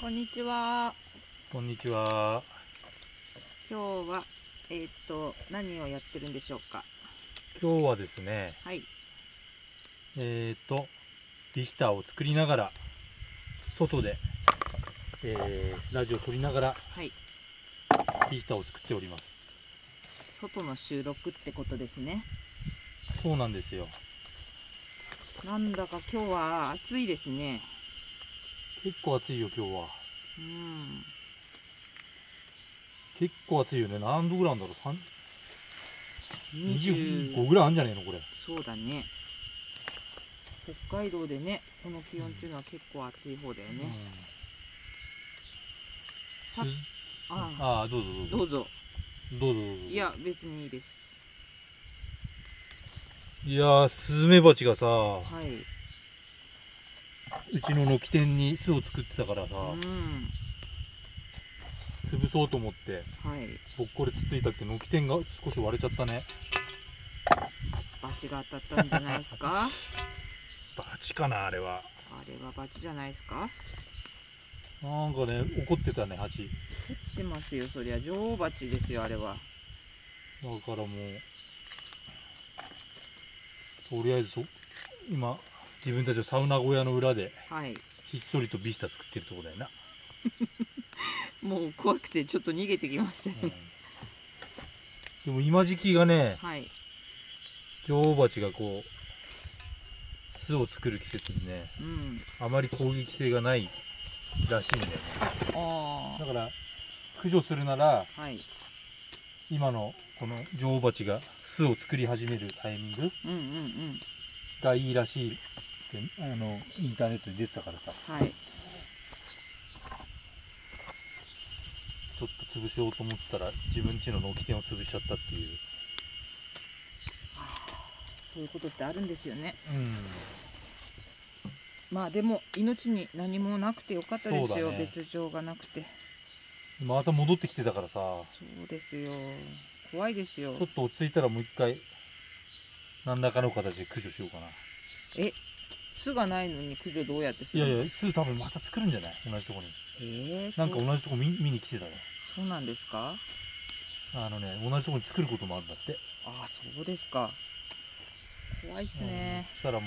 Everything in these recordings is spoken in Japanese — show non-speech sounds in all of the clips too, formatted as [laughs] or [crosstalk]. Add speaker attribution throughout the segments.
Speaker 1: こんにちは。
Speaker 2: こんにちは。
Speaker 1: 今日は、えーっと、何をやってるんでしょうか。
Speaker 2: 今日はですね、
Speaker 1: はい。
Speaker 2: えっ、と、ビヒターを作りながら、外で、えーラジオを撮りながら、
Speaker 1: はい。
Speaker 2: ビヒターを作っております。
Speaker 1: 外の収録ってことですね。
Speaker 2: そうなんですよ。
Speaker 1: なんだか今日は暑いですね。
Speaker 2: 結構暑いよ、今日は。
Speaker 1: うん。
Speaker 2: 結構暑いよね。何度ぐらいあんだろう三 ?25
Speaker 1: 25
Speaker 2: ぐらいあんじゃねえのこれ。
Speaker 1: そうだね。北海道でね、この気温っていうのは結構暑い方だよね。
Speaker 2: う
Speaker 1: さ
Speaker 2: んす
Speaker 1: あ
Speaker 2: ああ、どうぞ
Speaker 1: あ、
Speaker 2: どう
Speaker 1: ど
Speaker 2: ぞ。
Speaker 1: うぞ。
Speaker 2: どうぞどうぞ。
Speaker 1: いや、別にいいです。
Speaker 2: いやー、スズメバチがさ、
Speaker 1: はい。
Speaker 2: うちの軒天に巣を作ってたからさ、
Speaker 1: うん。
Speaker 2: 潰そうと思って、
Speaker 1: はい。
Speaker 2: 僕これつついたっけ、軒天が少し割れちゃったね。
Speaker 1: バチが当たったんじゃないですか
Speaker 2: バチかな、あれは。
Speaker 1: あれはバチじゃないですか
Speaker 2: なんかね、怒ってたね、蜂。
Speaker 1: 知ってますよ、そりゃ。女王バチですよ、あれは。
Speaker 2: だからもう、とりあえずそ、今、自分たちのサウナ小屋の裏で、
Speaker 1: はい。
Speaker 2: ひっそりとビヒタ作ってるとこだよな。
Speaker 1: もう怖くてちょっと逃げてきました
Speaker 2: うん
Speaker 1: ね。
Speaker 2: でも今時期がね、
Speaker 1: はい。
Speaker 2: 女王蜂がこう、巣を作る季節にね、
Speaker 1: うん。
Speaker 2: あまり攻撃性がないらしいんだよね。
Speaker 1: あ
Speaker 2: だから、駆除するなら、
Speaker 1: あ。はい。
Speaker 2: 今のこの女王蜂が巣を作り始めるタイミング
Speaker 1: うんうんうん。
Speaker 2: がいいらしいって、あの、インターネットに出てたからさ、
Speaker 1: はい。
Speaker 2: ちょっと潰しようと思ってたら、自分ちの軒天を潰しちゃったっていう。
Speaker 1: そういうことってあるんですよね。
Speaker 2: うん。
Speaker 1: まあでも、命に何もなくてよかったです
Speaker 2: そう
Speaker 1: よ。
Speaker 2: だね
Speaker 1: 別状がなくて。
Speaker 2: また戻ってきてたからさ、ちょ
Speaker 1: そうですよ。怖いですよ。
Speaker 2: っと落ち着いたらもう一回、何らかの形で駆除しようかな。
Speaker 1: え、巣がないのに駆除どうやってする
Speaker 2: いや
Speaker 1: の
Speaker 2: いや、巣多分また作るんじゃない同じとこに。
Speaker 1: えー、
Speaker 2: なんか
Speaker 1: そう
Speaker 2: 同じとこ見見に来てたね。
Speaker 1: そうなんですか
Speaker 2: あのね、同じとこに作ることもあるんだって。
Speaker 1: ああ、そうですか。怖いっすね。
Speaker 2: うんそしたらも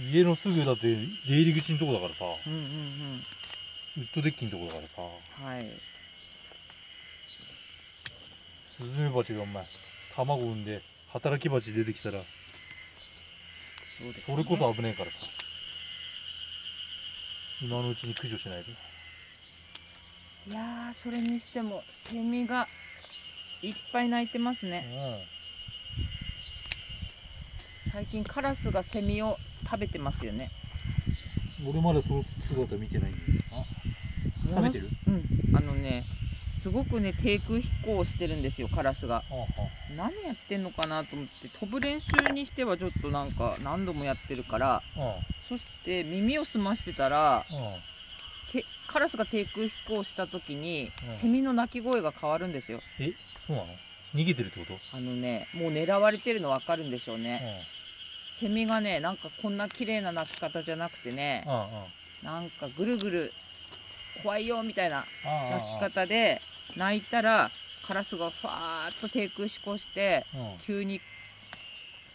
Speaker 2: う、家のすぐだって出入り口のとこだからさ、
Speaker 1: うんうんうん。
Speaker 2: ウッドデッキのとこだからさ、
Speaker 1: はい。
Speaker 2: スズメバチがお前、卵産んで、働きバチ出てきたら、
Speaker 1: そうですね。
Speaker 2: それこそ危ねえからさ。今のうちに駆除しないと。
Speaker 1: いやーそれにしてもセミがいっぱい鳴いてますね最近カラスがセミを食べてますよね
Speaker 2: うん。俺まだその姿見てないんだよな。食べてる
Speaker 1: うんあのねすごくね低空飛行をしてるんですよカラスが
Speaker 2: ああ、
Speaker 1: 何やってんのかなと思って飛ぶ練習にしてはちょっとなんか何度もやってるから
Speaker 2: あ
Speaker 1: そして耳を澄ましてたら
Speaker 2: あ、ああ。
Speaker 1: けカラスが低空飛行した時に、
Speaker 2: うん
Speaker 1: セミの鳴き声が変わるんですよ
Speaker 2: え、そうなの逃げてるってこと
Speaker 1: あのねもう狙われてるの分かるんでしょうね、
Speaker 2: う
Speaker 1: セミがねなんかこんな綺麗な鳴き方じゃなくてね
Speaker 2: ん。ああ、あ
Speaker 1: なんかぐるぐる怖いよみたいな
Speaker 2: あ。ああ
Speaker 1: 鳴き。方で鳴いたらカラスがファーッと低空飛行して
Speaker 2: うん。うん
Speaker 1: 急に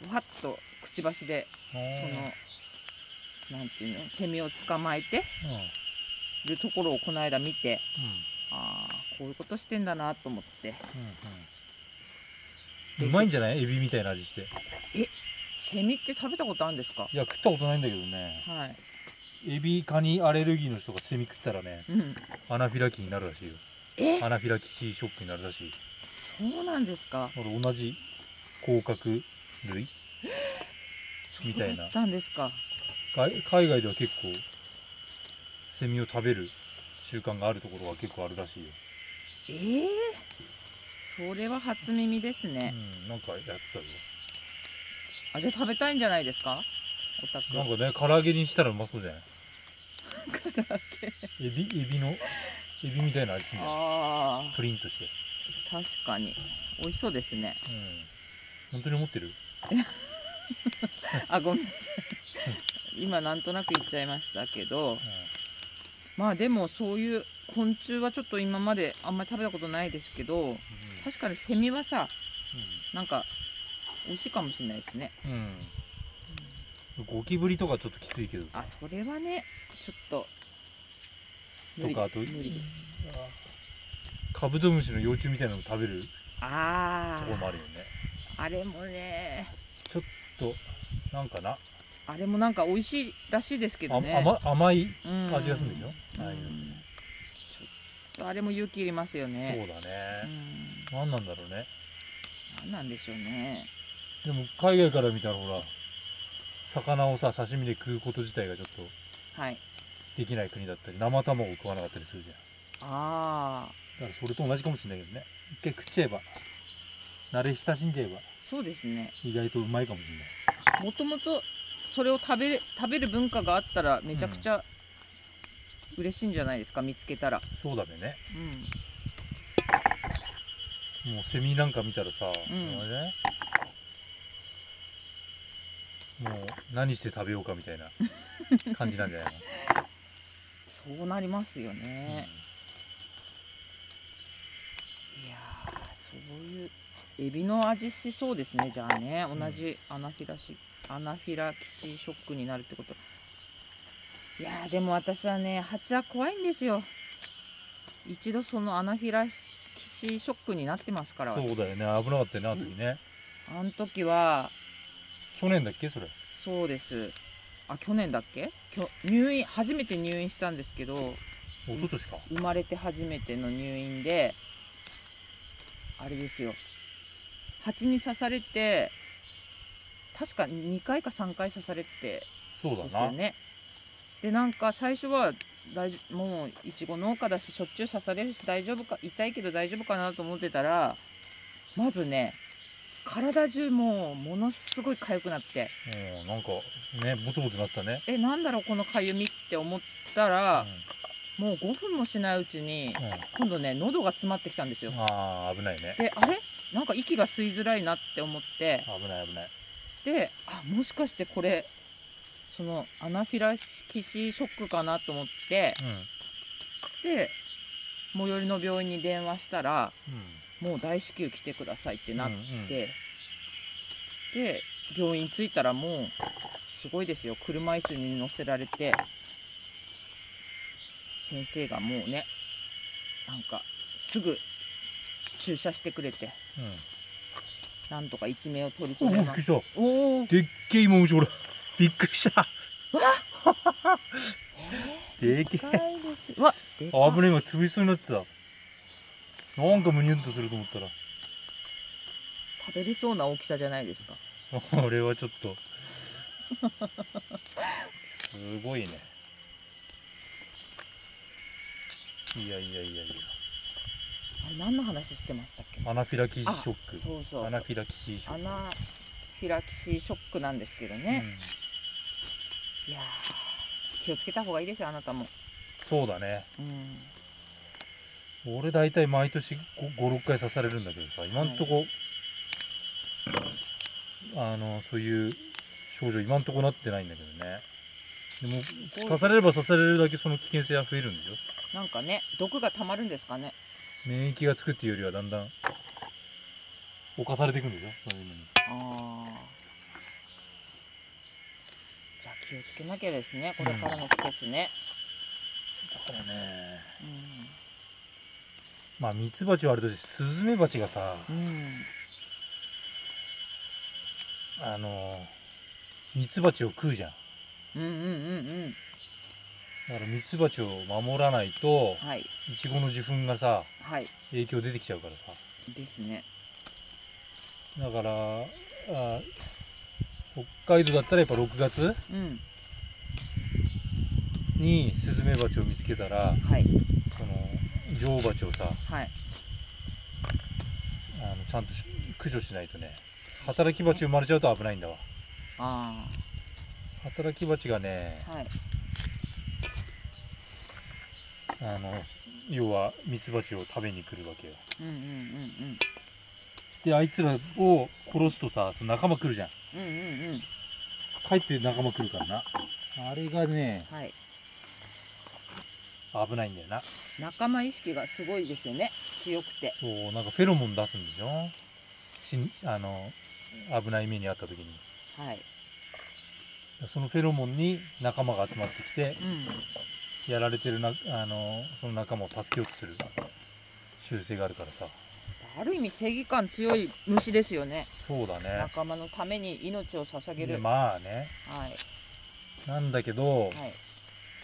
Speaker 1: ファッとくちばしでそのなんていうのセミを捕まえて
Speaker 2: うん。
Speaker 1: るところをこの間見て
Speaker 2: うん。
Speaker 1: ああこういうことしてんだなと思って
Speaker 2: うまいんじゃないエビみたいな味して。
Speaker 1: セミって食べたことあるんですか
Speaker 2: いや、食ったことないんだけどね。
Speaker 1: はい
Speaker 2: エビ、カニアレルギーの人がセミ食ったらね、
Speaker 1: うん
Speaker 2: アナフィラキーになるらしいよ。
Speaker 1: え
Speaker 2: アナフィラキシーショックになるらしい。
Speaker 1: そうなんですか
Speaker 2: 俺同じ甲殻類みたい
Speaker 1: そうだ
Speaker 2: な
Speaker 1: っ。たんですか
Speaker 2: 海海外では結構、セミを食べる習慣があるところが結構あるらしいよ。
Speaker 1: ええそれは初耳です
Speaker 2: う
Speaker 1: ね、
Speaker 2: ん、なんかやってたよ。
Speaker 1: あじゃあ食べたいんじゃないですかおたく
Speaker 2: なんかね、唐揚げにしたらうまそうじゃない唐揚げエビ、エビの、エビみたいな味するんだよ。
Speaker 1: [laughs] ああ
Speaker 2: プリンとして。
Speaker 1: 確かに美味しそうです
Speaker 2: [laughs]
Speaker 1: ね
Speaker 2: うん。本当に思ってる
Speaker 1: あごめんなさい今なんとなく言っちゃいましたけど
Speaker 2: う
Speaker 1: まあでもそういう昆虫はちょっと今まであんまり食べたことないですけど確かにセミはさなんか美味しいかもしれないですね
Speaker 2: うん、うんゴキブリとかちょっときついけど
Speaker 1: あそれはねちょっと無
Speaker 2: と
Speaker 1: 理
Speaker 2: かあと
Speaker 1: 無理です
Speaker 2: カブトムシの幼虫みたいなのも食べると
Speaker 1: あ
Speaker 2: ころもあるよね
Speaker 1: ああれもね
Speaker 2: となんかな、
Speaker 1: あれもなんか美味しいらしいですけ
Speaker 2: あ
Speaker 1: どね
Speaker 2: 甘甘い
Speaker 1: うん
Speaker 2: 味がするんでしょ、ああいううのって
Speaker 1: ん
Speaker 2: ね
Speaker 1: ちょっとあれも勇気いりますよね
Speaker 2: そうだ
Speaker 1: う
Speaker 2: ね、
Speaker 1: ん
Speaker 2: なん、何なんだろうね
Speaker 1: 何なんでしょうね
Speaker 2: でも海外から見たらほら魚をさ刺身で食うこと自体がちょっと
Speaker 1: はい
Speaker 2: できない国だったり生卵を食わなかったりするじゃん
Speaker 1: ああ
Speaker 2: だからそれと同じかもしれないけどね一回食っちゃえば慣れ親しんじゃえば
Speaker 1: そうですね
Speaker 2: 意外とうまいかもしれない
Speaker 1: もともとそれを食べ食べる文化があったらめちゃくちゃ嬉しいんじゃないですか、見つけたら、
Speaker 2: そうだね
Speaker 1: うん、
Speaker 2: もうセミなんか見たらさ、
Speaker 1: ん
Speaker 2: あれねもう何して食べようかみた
Speaker 1: [laughs]
Speaker 2: いな感じなんじゃないの、
Speaker 1: そうなりますよ
Speaker 2: うん
Speaker 1: ね、いやーそういうエビの味しそうですねじゃあね同じアナフィラシ、アナフィラキシーショックになるってこといやーでも私はね蜂は怖いんですよ一度そのアナフィラキシーショックになってますから
Speaker 2: そうだよね危なかったよねあの時ね、
Speaker 1: あの時は
Speaker 2: 去年だっけそれ
Speaker 1: そうです。あ、去年だっけきょ入院、初めて入院したんですけど、
Speaker 2: 一昨年か、
Speaker 1: 生まれて初めての入院で、あれですよ。蜂に刺されて、確か2回か3回刺されて
Speaker 2: そう
Speaker 1: です
Speaker 2: だな
Speaker 1: よね。で、なんか最初は大丈夫、もういちご農家だし、しょっちゅう刺されるし大丈夫か、痛いけど大丈夫かなと思ってたら、まずね、体中もうものすごい痒くなって、
Speaker 2: うんなんかねボツボツなってたね
Speaker 1: えなんだろうこのかゆみって思ったら、もう5分もしないうちに
Speaker 2: うん、うん
Speaker 1: 今度ね喉が詰まってきたんですよ、
Speaker 2: ああ危ないね
Speaker 1: であれなんか息が吸いづらいなって思って
Speaker 2: 危ない危ない
Speaker 1: であもしかしてこれそのアナフィラキシーショックかなと思って
Speaker 2: うん
Speaker 1: で最寄りの病院に電話したら
Speaker 2: うん
Speaker 1: もう大至急来てくださいってなって、
Speaker 2: うんうん
Speaker 1: で病院着いたらもうすごいですよ車椅子に乗せられて先生がもうねなんかすぐ注射してくれて
Speaker 2: うん
Speaker 1: なんとか一命を取り
Speaker 2: お
Speaker 1: 留め
Speaker 2: びっ
Speaker 1: ま
Speaker 2: くり
Speaker 1: す
Speaker 2: した
Speaker 1: おおー
Speaker 2: でっけえ芋虫ほらびっくりしたでっけえ
Speaker 1: 深いですうわでか
Speaker 2: あ
Speaker 1: い
Speaker 2: ぶねえ今潰しそうになってたなんかむにゅっとすると思った
Speaker 1: 食べれそうな大きさじゃないですから
Speaker 2: [laughs] これはちょっとすごいねいやいやいやいや
Speaker 1: あれ何の話してましたっけ
Speaker 2: アナフィラキシーショック
Speaker 1: そうそう
Speaker 2: アナフィラキシーショッ
Speaker 1: ア
Speaker 2: ク
Speaker 1: ナフィラキシーショックなんですけどね、
Speaker 2: うん
Speaker 1: いやー気をつけた方がいいですよあなたも、
Speaker 2: そうだね
Speaker 1: うん、
Speaker 2: 俺大体毎年56回刺されるんだけどさ今んとこ、あのそういう症状今んとこなってないんだけどねでも
Speaker 1: ごい
Speaker 2: 刺されれば刺されるだけその危険性は増えるんでしょ
Speaker 1: なんかね毒がたまるんですかね
Speaker 2: 免疫がつくっていうよりはだんだん侵されていくんでしょそういうのに
Speaker 1: ああじゃあ気をつけなきゃですねこれからの季節ね、
Speaker 2: だからね
Speaker 1: う
Speaker 2: まあミツバチはあれだしスズメバチがさ
Speaker 1: んうん、
Speaker 2: あのミツバチを食うじゃん
Speaker 1: うんうんうんうん
Speaker 2: だからミツバチを守らないと
Speaker 1: はい
Speaker 2: イチゴの受粉がさ
Speaker 1: はい
Speaker 2: 影響出てきちゃうからさ
Speaker 1: ですね
Speaker 2: だからあ北海道だったらやっぱ6月
Speaker 1: うん
Speaker 2: にスズメバチを見つけたら
Speaker 1: はい
Speaker 2: その女王バチをさ
Speaker 1: はい
Speaker 2: あのちゃんとし駆除しないとね働きバチ生まれちゃうと危ないんだわ
Speaker 1: あ
Speaker 2: 働きバチがね
Speaker 1: あはい
Speaker 2: あの要はミツバチを食べに来るわけよ
Speaker 1: うんうんうん
Speaker 2: してあいつらを殺すとさその仲間来るじゃん
Speaker 1: うんうんうんうん
Speaker 2: 帰って仲間来るからなあれがね
Speaker 1: はい
Speaker 2: 危ないんだよな
Speaker 1: 仲間意識がすごいですよね強くて
Speaker 2: そうなんかフェロモン出すんでしょしんあの危ない目に遭った時に
Speaker 1: はい
Speaker 2: そのフェロモンに仲間が集まってきて
Speaker 1: うん
Speaker 2: やられてるなあのその仲間を助けようとする習性があるからさ
Speaker 1: ある意味正義感強い虫ですよね
Speaker 2: そうだね
Speaker 1: 仲間のために命を捧げ
Speaker 2: で
Speaker 1: る、
Speaker 2: まあね
Speaker 1: はい
Speaker 2: なんだけど
Speaker 1: はい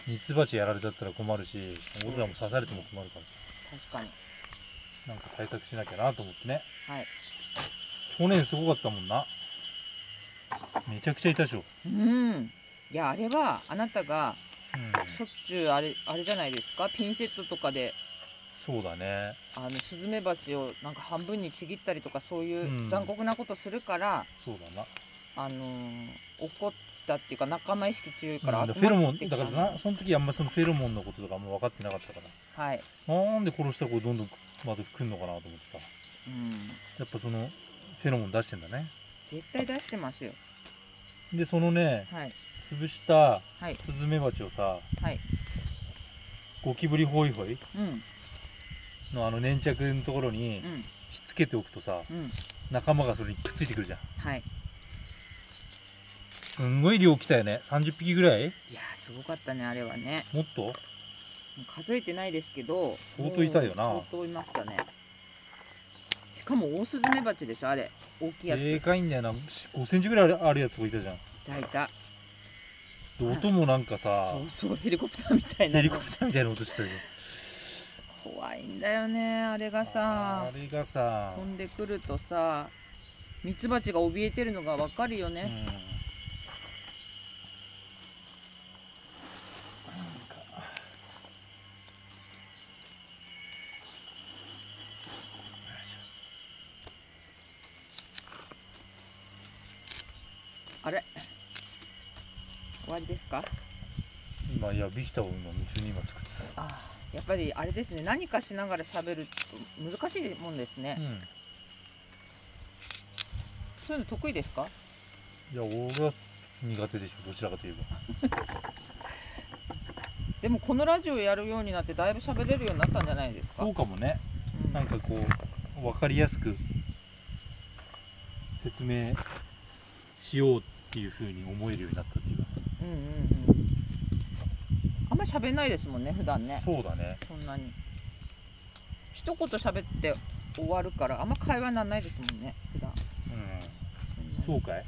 Speaker 2: ミツバチやられちゃったら困るし俺らも刺されても困るから
Speaker 1: 確かに
Speaker 2: なんか対策しなきゃなと思ってね
Speaker 1: はい
Speaker 2: 去年すごかったもんなめちゃくちゃいたでしょ、
Speaker 1: うんいやあれはあなたが
Speaker 2: うん、
Speaker 1: しょっちゅうあれあれじゃないですかピンセットとかで
Speaker 2: そうだね
Speaker 1: あのスズメバチをなんか半分にちぎったりとかそういう
Speaker 2: うん
Speaker 1: 残酷なことするから、
Speaker 2: そうだな
Speaker 1: あのー怒ったっていうか仲間意識強いか
Speaker 2: な
Speaker 1: ら
Speaker 2: ん
Speaker 1: 集
Speaker 2: だ
Speaker 1: まっ
Speaker 2: フェロモン
Speaker 1: て
Speaker 2: だ
Speaker 1: き
Speaker 2: か
Speaker 1: た
Speaker 2: ら
Speaker 1: の
Speaker 2: なその時あんまそのフェロモンのこととかあんま分かってなかったから
Speaker 1: はい、
Speaker 2: なんで殺したらこれどんどんまた来んのかなと思ってさ
Speaker 1: うん、
Speaker 2: やっぱそのフェロモン出してんだね
Speaker 1: 絶対出してますよ
Speaker 2: でそのね
Speaker 1: はい
Speaker 2: 潰した
Speaker 1: はい
Speaker 2: スズメバチをさ
Speaker 1: はい
Speaker 2: ゴキブリホイホイ
Speaker 1: うん
Speaker 2: のあの粘着のところ
Speaker 1: う
Speaker 2: に
Speaker 1: ん
Speaker 2: ひっつけておくとさ
Speaker 1: うん
Speaker 2: 仲間がそれにくっついてくるじゃん
Speaker 1: はい
Speaker 2: すんごい量来たよね30匹ぐらい
Speaker 1: いやーすごかったねあれはね
Speaker 2: もっと
Speaker 1: もう数えてないですけど
Speaker 2: 相当いたよな
Speaker 1: うん相当いましたねしかもオオスズメバチでしょあれ大きいやつ、
Speaker 2: でかいんだよな5センチぐらいあるあるやつがいたじゃん
Speaker 1: いたいた
Speaker 2: で音もなんかさ
Speaker 1: そうそうヘリコプターみたいな
Speaker 2: ヘリコプターみたいな音してたよ
Speaker 1: 怖いんだよねあれがさ
Speaker 2: あれがさ
Speaker 1: 飛んでくるとさミツバチが怯えてるのがわかるよ
Speaker 2: うん
Speaker 1: ね、
Speaker 2: なんか
Speaker 1: あれ終わりですか
Speaker 2: 今いやビヒタを今夢中に今作って
Speaker 1: あーやっぱりあれですね何かしながら喋ると難しいもんですね、
Speaker 2: たうん
Speaker 1: そういうの得意ですか
Speaker 2: いや俺は苦手でしょどちらかといえば
Speaker 1: でもこのラジオやるようになってだいぶ喋れるようになったんじゃないですか
Speaker 2: そうかもね
Speaker 1: うん
Speaker 2: なんかこう分かりやすく説明しようっていうふうに思えるようになったっていうか
Speaker 1: うんうんうんあんまり喋んないですもんね普段ね
Speaker 2: そうだね
Speaker 1: そんなに一言喋って終わるからあんま会話にならないですもんね普段
Speaker 2: うん
Speaker 1: そんなに
Speaker 2: そうかい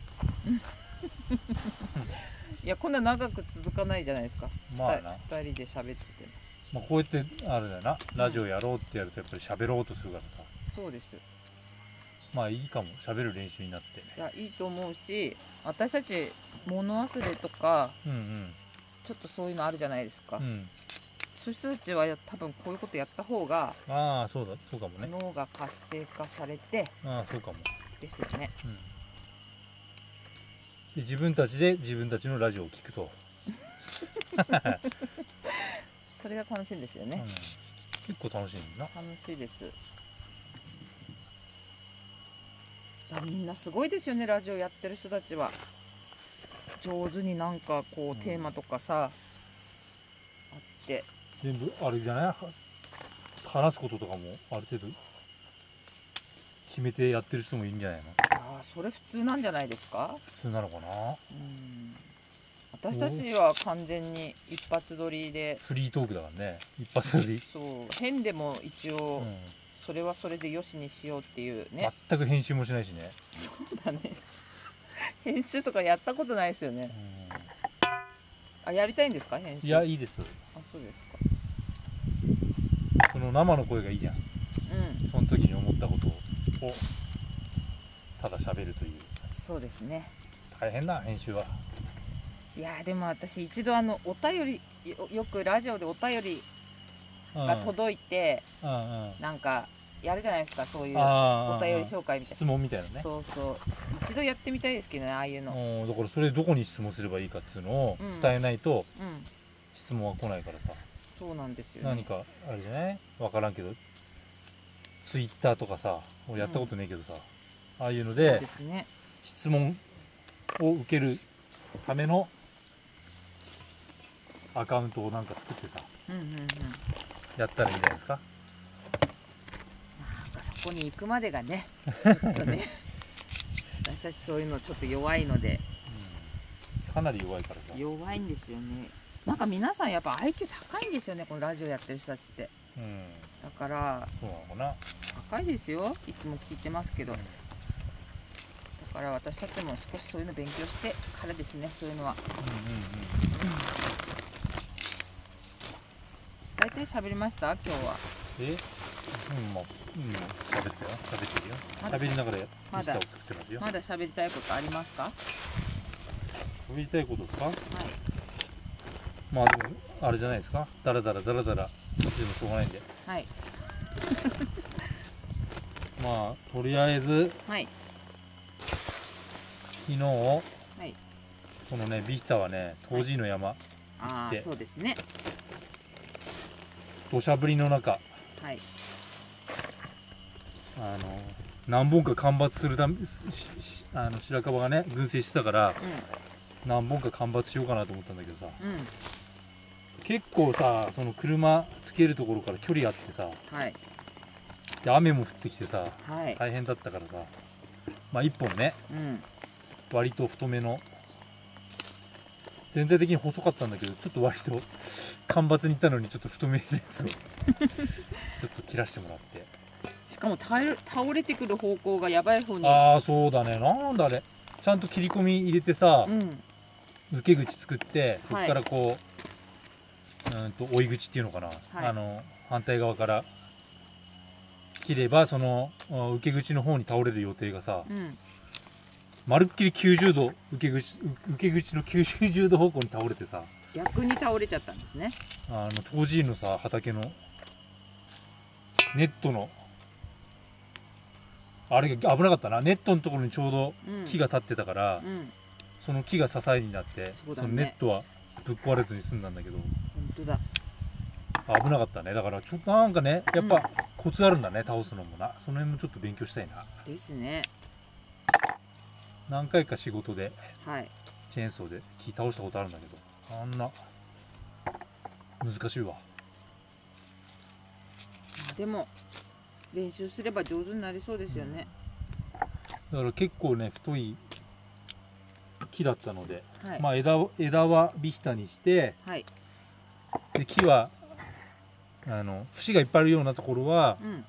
Speaker 1: いやこんな長く続かないじゃないですか
Speaker 2: まあな、
Speaker 1: 2人で喋ってて
Speaker 2: まあ、こうやってあれだよなラジオやろうってやるとやっぱり喋ろうとするからさ
Speaker 1: そうです
Speaker 2: まあいいかも喋る練習になって
Speaker 1: いやいいと思うし私たち物忘れとか
Speaker 2: うん
Speaker 1: ちょっとそういうのあるじゃないですか、
Speaker 2: うんうん
Speaker 1: そういう人たちは多分こういうことやった方が
Speaker 2: ああそうだそうかもね
Speaker 1: 脳が活性化されて
Speaker 2: ああそうかも、
Speaker 1: ですよね
Speaker 2: うん、で自分たちで自分たちのラジオを聞くと、
Speaker 1: それが楽しいんですよ
Speaker 2: うん
Speaker 1: ね、、
Speaker 2: 結構楽しいんだな
Speaker 1: 楽しいですあみんなすごいですよねラジオやってる人たちは上手になんかこ
Speaker 2: うん
Speaker 1: うテーマとかさ、あって
Speaker 2: 全部あれじゃないは話すこととかもある程度決めてやってる人もいるんじゃないの
Speaker 1: あーそれ普通なんじゃないですか
Speaker 2: 普通なのかな
Speaker 1: うん私たちは完全に一発撮りで
Speaker 2: フリートークだからね一発撮り、
Speaker 1: そう変でも一
Speaker 2: う
Speaker 1: 応
Speaker 2: ん、
Speaker 1: それはそれでよしにしようっていうね、
Speaker 2: 全く編集もしないしね、
Speaker 1: だね [laughs] 編集とかやったことないですよね
Speaker 2: う
Speaker 1: あやりたいんですか編
Speaker 2: ん、
Speaker 1: 集
Speaker 2: いやいいです
Speaker 1: あそうですか
Speaker 2: その生の声がいいじゃん
Speaker 1: うん
Speaker 2: その時に思ったことをただ喋るという
Speaker 1: そうですね
Speaker 2: 大変な編集はい
Speaker 1: やーでも私一度あのお便りよよくラジオでお便り
Speaker 2: うん
Speaker 1: が届いて、
Speaker 2: うんうん
Speaker 1: なんかやるじゃないですかそういうお
Speaker 2: あー
Speaker 1: 便り紹介みたい
Speaker 2: 質問みたいな
Speaker 1: な、
Speaker 2: ね
Speaker 1: そうそう一度やってみたいですけどねああいうの
Speaker 2: うんだからそれどこに質問すればいいかっていうのを伝えないと
Speaker 1: うん、
Speaker 2: 質問は来ないからさ、
Speaker 1: そうなんですよ、ね、
Speaker 2: 何かあれじゃない分からんけどツイッターとかさ俺やったことねえけどさ、ああいうの
Speaker 1: そう
Speaker 2: で
Speaker 1: ですね
Speaker 2: 質問を受けるためのアカウントをなんか作ってさ
Speaker 1: うんうんうん
Speaker 2: やったらいいんじゃないですか
Speaker 1: なんかそこに行くまでが
Speaker 2: [laughs]
Speaker 1: ねちょっとね私たちそういうのちょっと弱いので
Speaker 2: かなり弱いからさ、
Speaker 1: 弱いんですよねなんか皆さんやっぱ IQ 高いんですよねこのラジオやってる人たちって
Speaker 2: うん、
Speaker 1: だから
Speaker 2: そうなのかな、
Speaker 1: 高いですよいつも聞いてますけど
Speaker 2: うん
Speaker 1: だから私たちも少しそういうの勉強してからですねそういうのは大体喋りました今日は
Speaker 2: うんうん、えうんまあうん喋ったよ喋ってるよ
Speaker 1: まだ
Speaker 2: 喋りながら
Speaker 1: まだ
Speaker 2: ミスターを作ってますよ、
Speaker 1: まだ喋りたいことありますかは
Speaker 2: 喋りたいことですか
Speaker 1: い
Speaker 2: まあでもあれじゃないですかダラダラダラダラでもしょうがないんで
Speaker 1: はい
Speaker 2: まあとりあえず
Speaker 1: はい
Speaker 2: 昨日
Speaker 1: はい
Speaker 2: このねビヒタはね当時の山、
Speaker 1: あ
Speaker 2: 行っ
Speaker 1: あ
Speaker 2: て
Speaker 1: そうですね
Speaker 2: 土砂降りの中
Speaker 1: はい
Speaker 2: あの何本か間伐するためししあの白樺がね群生してたから何本か間伐しようかなと思ったんだけどさ
Speaker 1: うんうん
Speaker 2: 結構さその車つけるところから距離あってさ
Speaker 1: はい
Speaker 2: で雨も降ってきてさ
Speaker 1: はい
Speaker 2: 大変だったからさまあ1本ね
Speaker 1: うん
Speaker 2: 割と太めの全体的に細かったんだけどちょっと割と間伐に行ったのにちょっと太めのや
Speaker 1: [laughs]
Speaker 2: つをちょっと切らしてもらって
Speaker 1: しかも倒れ倒れてくる方向がやばい方に
Speaker 2: ああそうだねなんだあれちゃんと切り込み入れてさ、
Speaker 1: うん
Speaker 2: 受け口作ってそ
Speaker 1: は
Speaker 2: こ
Speaker 1: い
Speaker 2: からこう、うーんと追い口っていうのかな、あの反対側から切ればそのあ受け口の方に倒れる予定がさ
Speaker 1: うん
Speaker 2: まるっきり90度受け口受け口の90度方向に倒れてさ
Speaker 1: 逆に倒れちゃったんですね
Speaker 2: あの当時のさ畑のネットのあれが危なかったなネットのところにちょうど
Speaker 1: うん
Speaker 2: 木が立ってたから、
Speaker 1: うん
Speaker 2: その木が支えになって
Speaker 1: そうだね
Speaker 2: のネットはぶっ壊れずに済んだんだけど
Speaker 1: 本当だ
Speaker 2: 危なかったねだからちょっとなんかねやっぱコツあるんだね倒すのもなその辺もちょっと勉強したいな
Speaker 1: ですね
Speaker 2: 何回か仕事で
Speaker 1: はい
Speaker 2: チェーンソーで木倒したことあるんだけどあんな難しいわ
Speaker 1: でも練習すれば上手になりそうですよね、
Speaker 2: だから結構ね太い木だったので、
Speaker 1: はい、
Speaker 2: まあ枝を枝はビヒタにして
Speaker 1: はい
Speaker 2: で木はあの節がいっぱいあるようなところは
Speaker 1: うん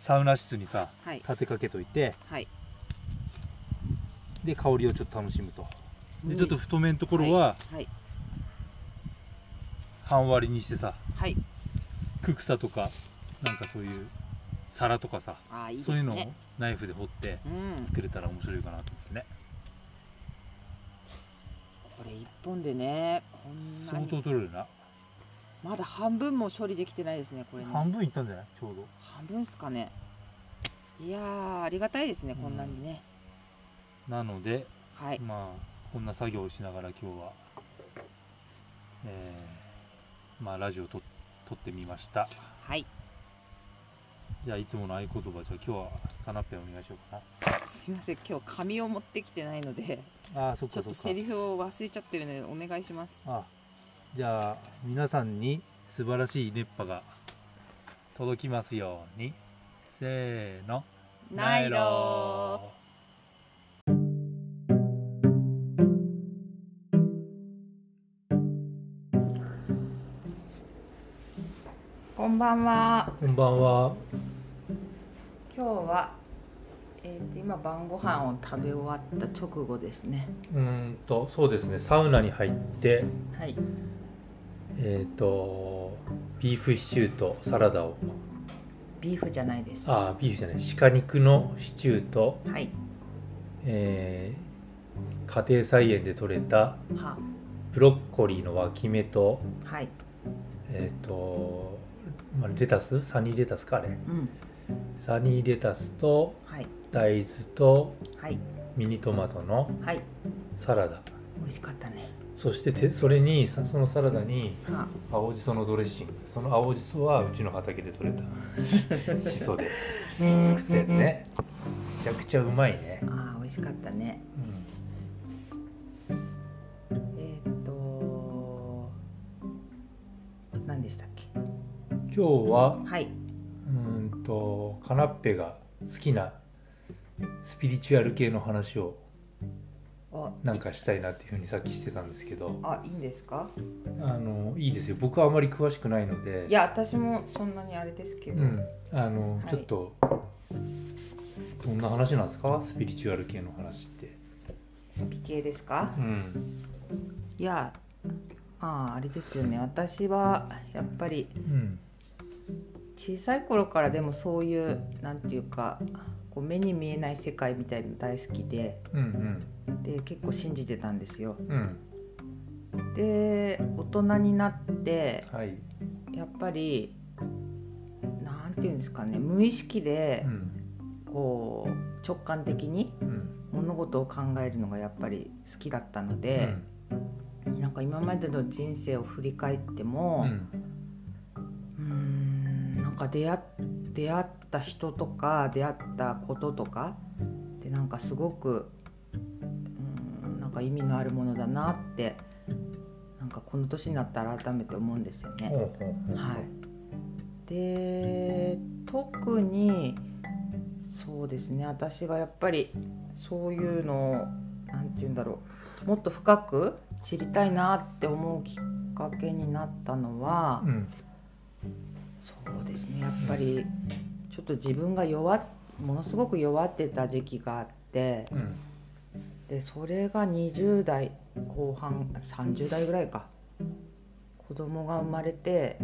Speaker 2: サウナ室にさ
Speaker 1: はい
Speaker 2: 立てかけといて
Speaker 1: はい
Speaker 2: で香りをちょっと楽しむとでちょっと太めのところは
Speaker 1: はい
Speaker 2: 半割りにしてさ
Speaker 1: はい
Speaker 2: ク草とかなんかそういう皿とかさ
Speaker 1: ああいいです
Speaker 2: そう
Speaker 1: ね
Speaker 2: いうのをナイフで掘って
Speaker 1: うん
Speaker 2: 作れたら面白いかなと思ってね
Speaker 1: これ一本でねこんな
Speaker 2: 相
Speaker 1: に
Speaker 2: 当取れるな
Speaker 1: まだ半分も処理できてないですねこれね
Speaker 2: 半分いったんじゃないちょうど
Speaker 1: 半分っすかねいやーありがたいですねこんなにね、
Speaker 2: なので
Speaker 1: はい
Speaker 2: まあこんな作業をしながら今日はえーまあラジオと撮ってみました
Speaker 1: はい
Speaker 2: じゃあいつもの合言葉じゃあ今日はカナッペお願いしようか
Speaker 1: すいません今日紙を持ってきてないので
Speaker 2: なあーそっ
Speaker 1: ちょ
Speaker 2: か
Speaker 1: っ
Speaker 2: そ
Speaker 1: と
Speaker 2: っか
Speaker 1: セリフを忘れちゃってるのでお願いします
Speaker 2: あじゃあ皆さんに素晴らしい熱波が届きますようにせーの
Speaker 1: ナイローこんばんは
Speaker 2: こんばんは
Speaker 1: 今日は、えーと今晩ご飯を食べ終わった直後ですね
Speaker 2: うーんとそうですねサウナに入って
Speaker 1: はい
Speaker 2: えっ、とビーフシチューとサラダを
Speaker 1: ビーフじゃないです
Speaker 2: あービーフじゃない鹿肉のシチューと、
Speaker 1: はい
Speaker 2: えー家庭菜園で採れた
Speaker 1: は
Speaker 2: ブロッコリーの脇芽と
Speaker 1: はい
Speaker 2: えっ、と、まあ、レタスサニーレタスかあれ
Speaker 1: うん
Speaker 2: サニーレタスと
Speaker 1: はい
Speaker 2: 大豆と
Speaker 1: はい
Speaker 2: ミニトマトの
Speaker 1: はい
Speaker 2: サラダ
Speaker 1: 美味しかったね
Speaker 2: そしててそれにさそのサラダに
Speaker 1: は
Speaker 2: 青じそのドレッシングその青じそはうちの畑で採れたしそで作ったやつねめちゃくちゃうまいね、
Speaker 1: あー美味しかったね
Speaker 2: うん
Speaker 1: えーっと
Speaker 2: 今日は
Speaker 1: はい。
Speaker 2: うーんとカナッペが好きなスピリチュアル系の話を
Speaker 1: あ、
Speaker 2: なんかしたいなっていうふうにさっきしてたんですけど
Speaker 1: あ、いいんですか。
Speaker 2: あのいいですよ僕はあまり詳しくないので
Speaker 1: いや、私もそんなにあれですけ
Speaker 2: う
Speaker 1: ど。
Speaker 2: ん、あの
Speaker 1: はい
Speaker 2: ちょっと、どんな話なんですかスピリチュアル系の話って、
Speaker 1: スピ系ですか
Speaker 2: う。ん
Speaker 1: いや。ああ、あれですよね。私はやっぱり
Speaker 2: うん
Speaker 1: 小さい頃からでもそういうなんていうか。こう目に見えない世界みたいの大好きで
Speaker 2: うんうん
Speaker 1: で結構信じてたんですよ
Speaker 2: うん
Speaker 1: で大人になって
Speaker 2: はい、
Speaker 1: やっぱりなんていうんですかね無意識で
Speaker 2: うん
Speaker 1: こう直感的に
Speaker 2: うん
Speaker 1: 物事を考えるのがやっぱり好きだったの
Speaker 2: う
Speaker 1: で、
Speaker 2: ん
Speaker 1: なんか今までの人生を振り返っても
Speaker 2: う
Speaker 1: うんーんなんか出会っ出会った人とか出会ったこととかでなんかすごくうーんなんか意味のあるものだなってなんかこの年になったら改めて思うんですよね。
Speaker 2: ほうほうほう
Speaker 1: はい、で特にそうですね私がやっぱりそういうのを何て言うんだろうもっと深く知りたいなって思うきっかけになったのは、
Speaker 2: うん
Speaker 1: そうですねやっぱりちょっと自分が弱っものすごく弱ってた時期があって
Speaker 2: うん
Speaker 1: でそれが20代後半30代ぐらいか子供が生まれて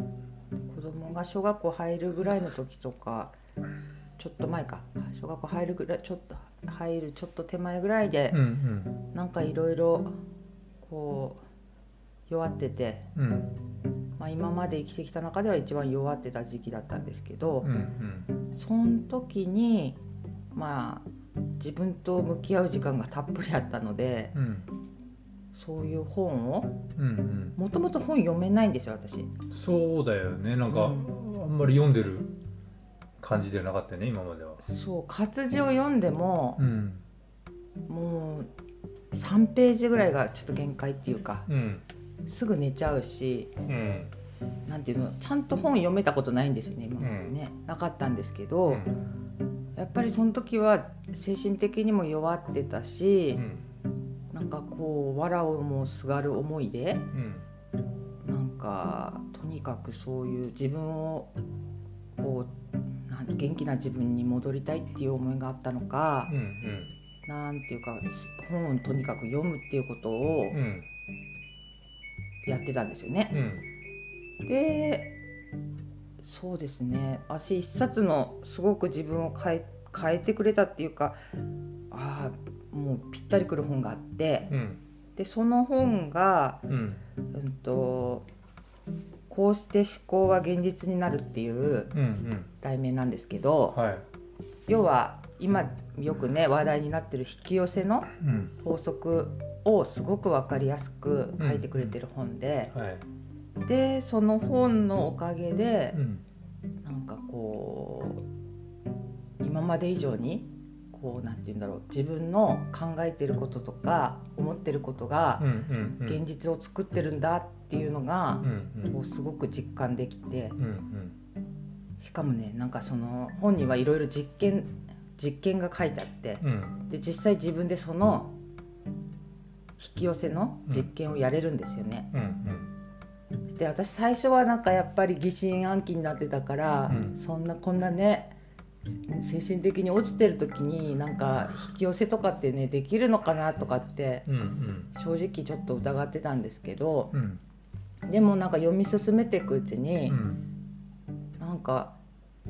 Speaker 1: 子供が小学校入るぐらいの時とかちょっと前か小学校入るぐらいちょっと入るちょっと手前ぐらいで
Speaker 2: うんうん
Speaker 1: なんかいろいろこう弱ってて、
Speaker 2: うん
Speaker 1: まあ、今まで生きてきた中では一番弱ってた時期だったんですけど
Speaker 2: うんうん
Speaker 1: その時にまあ自分と向き合う時間がたっぷりあったので
Speaker 2: うん
Speaker 1: そういう本を
Speaker 2: うんうん
Speaker 1: もともと本読めないんですよ私
Speaker 2: そうだよねなんか、
Speaker 1: うん
Speaker 2: あんまり読んでる感じではなかったよね今までは
Speaker 1: そう活字を読んでも
Speaker 2: う、ん
Speaker 1: もう3ページぐらいがちょっと限界っていうか
Speaker 2: うん
Speaker 1: すぐ寝ちゃうし
Speaker 2: うん
Speaker 1: なんていうのちゃんと本読めたことないんですよね今までね、なかったんですけど、
Speaker 2: うん
Speaker 1: やっぱりその時は精神的にも弱ってたし
Speaker 2: う、ん
Speaker 1: なんかこう藁をもすがる思いで
Speaker 2: うん
Speaker 1: なんかとにかくそういう自分をこうなん元気な自分に戻りたいっていう思いがあったのか、
Speaker 2: うん
Speaker 1: なんていうか本をとにかく読むっていうことを
Speaker 2: うんうん
Speaker 1: やってたんですよね。
Speaker 2: うん
Speaker 1: でそうですね私一冊のすごく自分を変え変えてくれたっていうかああもうぴったりくる本があって
Speaker 2: うん
Speaker 1: でその本が、
Speaker 2: うん
Speaker 1: うん、と「こうして思考は現実になる」っていう
Speaker 2: うんうん
Speaker 1: 題名なんですけど、
Speaker 2: はい
Speaker 1: 要は今よくね話題になってる引き寄せの
Speaker 2: うん
Speaker 1: 法則をすごく分かりやすく書いてくれてる本で、
Speaker 2: はい
Speaker 1: でその本のおかげで
Speaker 2: う、ん
Speaker 1: なんかこう今まで以上にこうなんて言うんだろう自分の考えてることとか思ってることが
Speaker 2: うんうんうん
Speaker 1: 現実を作ってるんだっていうのが
Speaker 2: う、んうん
Speaker 1: こうすごく実感できて
Speaker 2: うんうん
Speaker 1: しかもねなんかその本にはいろいろ実験実験が書いてあって
Speaker 2: うん
Speaker 1: で実際自分でその引き寄せの実験をやれるんですよね。
Speaker 2: うんうん
Speaker 1: で私最初はなんかやっぱり疑心暗鬼になってたから、
Speaker 2: うん
Speaker 1: そんなこんなね精神的に落ちてる時になんか引き寄せとかってねできるのかなとかって
Speaker 2: うんうん
Speaker 1: 正直ちょっと疑ってたんですけど
Speaker 2: うん
Speaker 1: でもなんか読み進めていくうち
Speaker 2: う
Speaker 1: に、
Speaker 2: ん
Speaker 1: なんか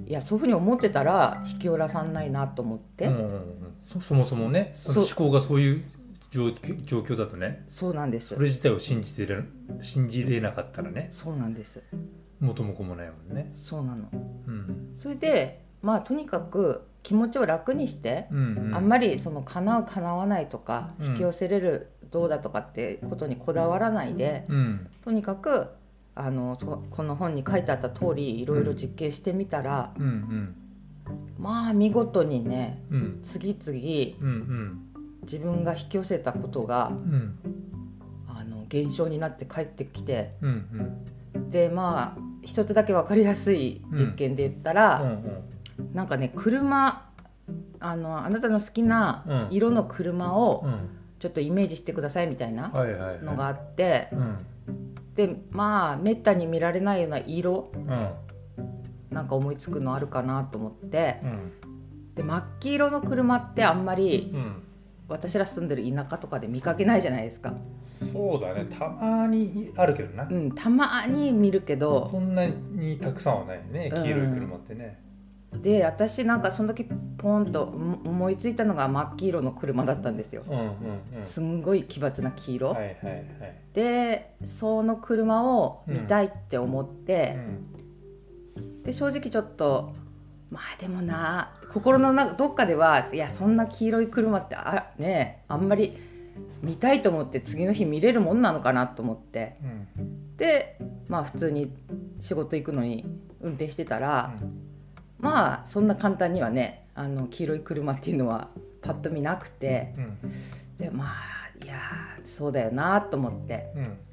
Speaker 1: いやそういうふうに思ってたら引き寄らさんないなと思って、
Speaker 2: うんうんそそもそもねその
Speaker 1: そう
Speaker 2: 思考がそういう状況状況だとね
Speaker 1: そうなんです
Speaker 2: それ自体を信じてれ信じれなかったらね
Speaker 1: そうなんです
Speaker 2: 元も子もないもんね
Speaker 1: そうなの
Speaker 2: うん
Speaker 1: それでまあとにかく気持ちを楽にして、
Speaker 2: うん
Speaker 1: あんまりその叶う叶わないとか
Speaker 2: うん
Speaker 1: 引き寄せれるどうだとかってことにこだわらないで、
Speaker 2: うん
Speaker 1: とにかくあのそこの本に書いてあった通りいろいろ実験してみたら、
Speaker 2: うん
Speaker 1: まあ見事にね
Speaker 2: うんうん
Speaker 1: 次々
Speaker 2: うんうん
Speaker 1: 自分が引き寄せたことが
Speaker 2: うん
Speaker 1: あの現象になって帰ってきて
Speaker 2: うん
Speaker 1: でまあ一つだけ分かりやすい実験で言ったら、なんかね車あのあなたの好きな色の車をちょっとイメージしてくださいみたいな
Speaker 2: はいはいはい
Speaker 1: のがあって
Speaker 2: うん
Speaker 1: でまあめったに見られないような色
Speaker 2: うん
Speaker 1: なんか思いつくのあるかなと思って
Speaker 2: うん
Speaker 1: で真っ黄色の車ってあんまり
Speaker 2: うん
Speaker 1: 私ら住んでる田舎とかで見かけないじゃないですか、
Speaker 2: そうだねたまにあるけどな、
Speaker 1: うん、たまに見るけど
Speaker 2: そんなにたくさんはないよね黄色い車ってね、
Speaker 1: で私なんかその時ポンと思思いついたのが真っ黄色の車だったんですよ
Speaker 2: うん、うんうん
Speaker 1: すんごい奇抜な黄色、
Speaker 2: はいはいはい
Speaker 1: でその車を見たいって思って、で正直ちょっとまあでもな心の中どっかではいやそんな黄色い車ってあねあんまり見たいと思って次の日見れるもんなのかなと思って
Speaker 2: うんうん
Speaker 1: でまあ普通に仕事行くのに運転してたら、まあそんな簡単にはねあの黄色い車っていうのはパッと見なくて
Speaker 2: うん
Speaker 1: でまあいやーそうだよなと思って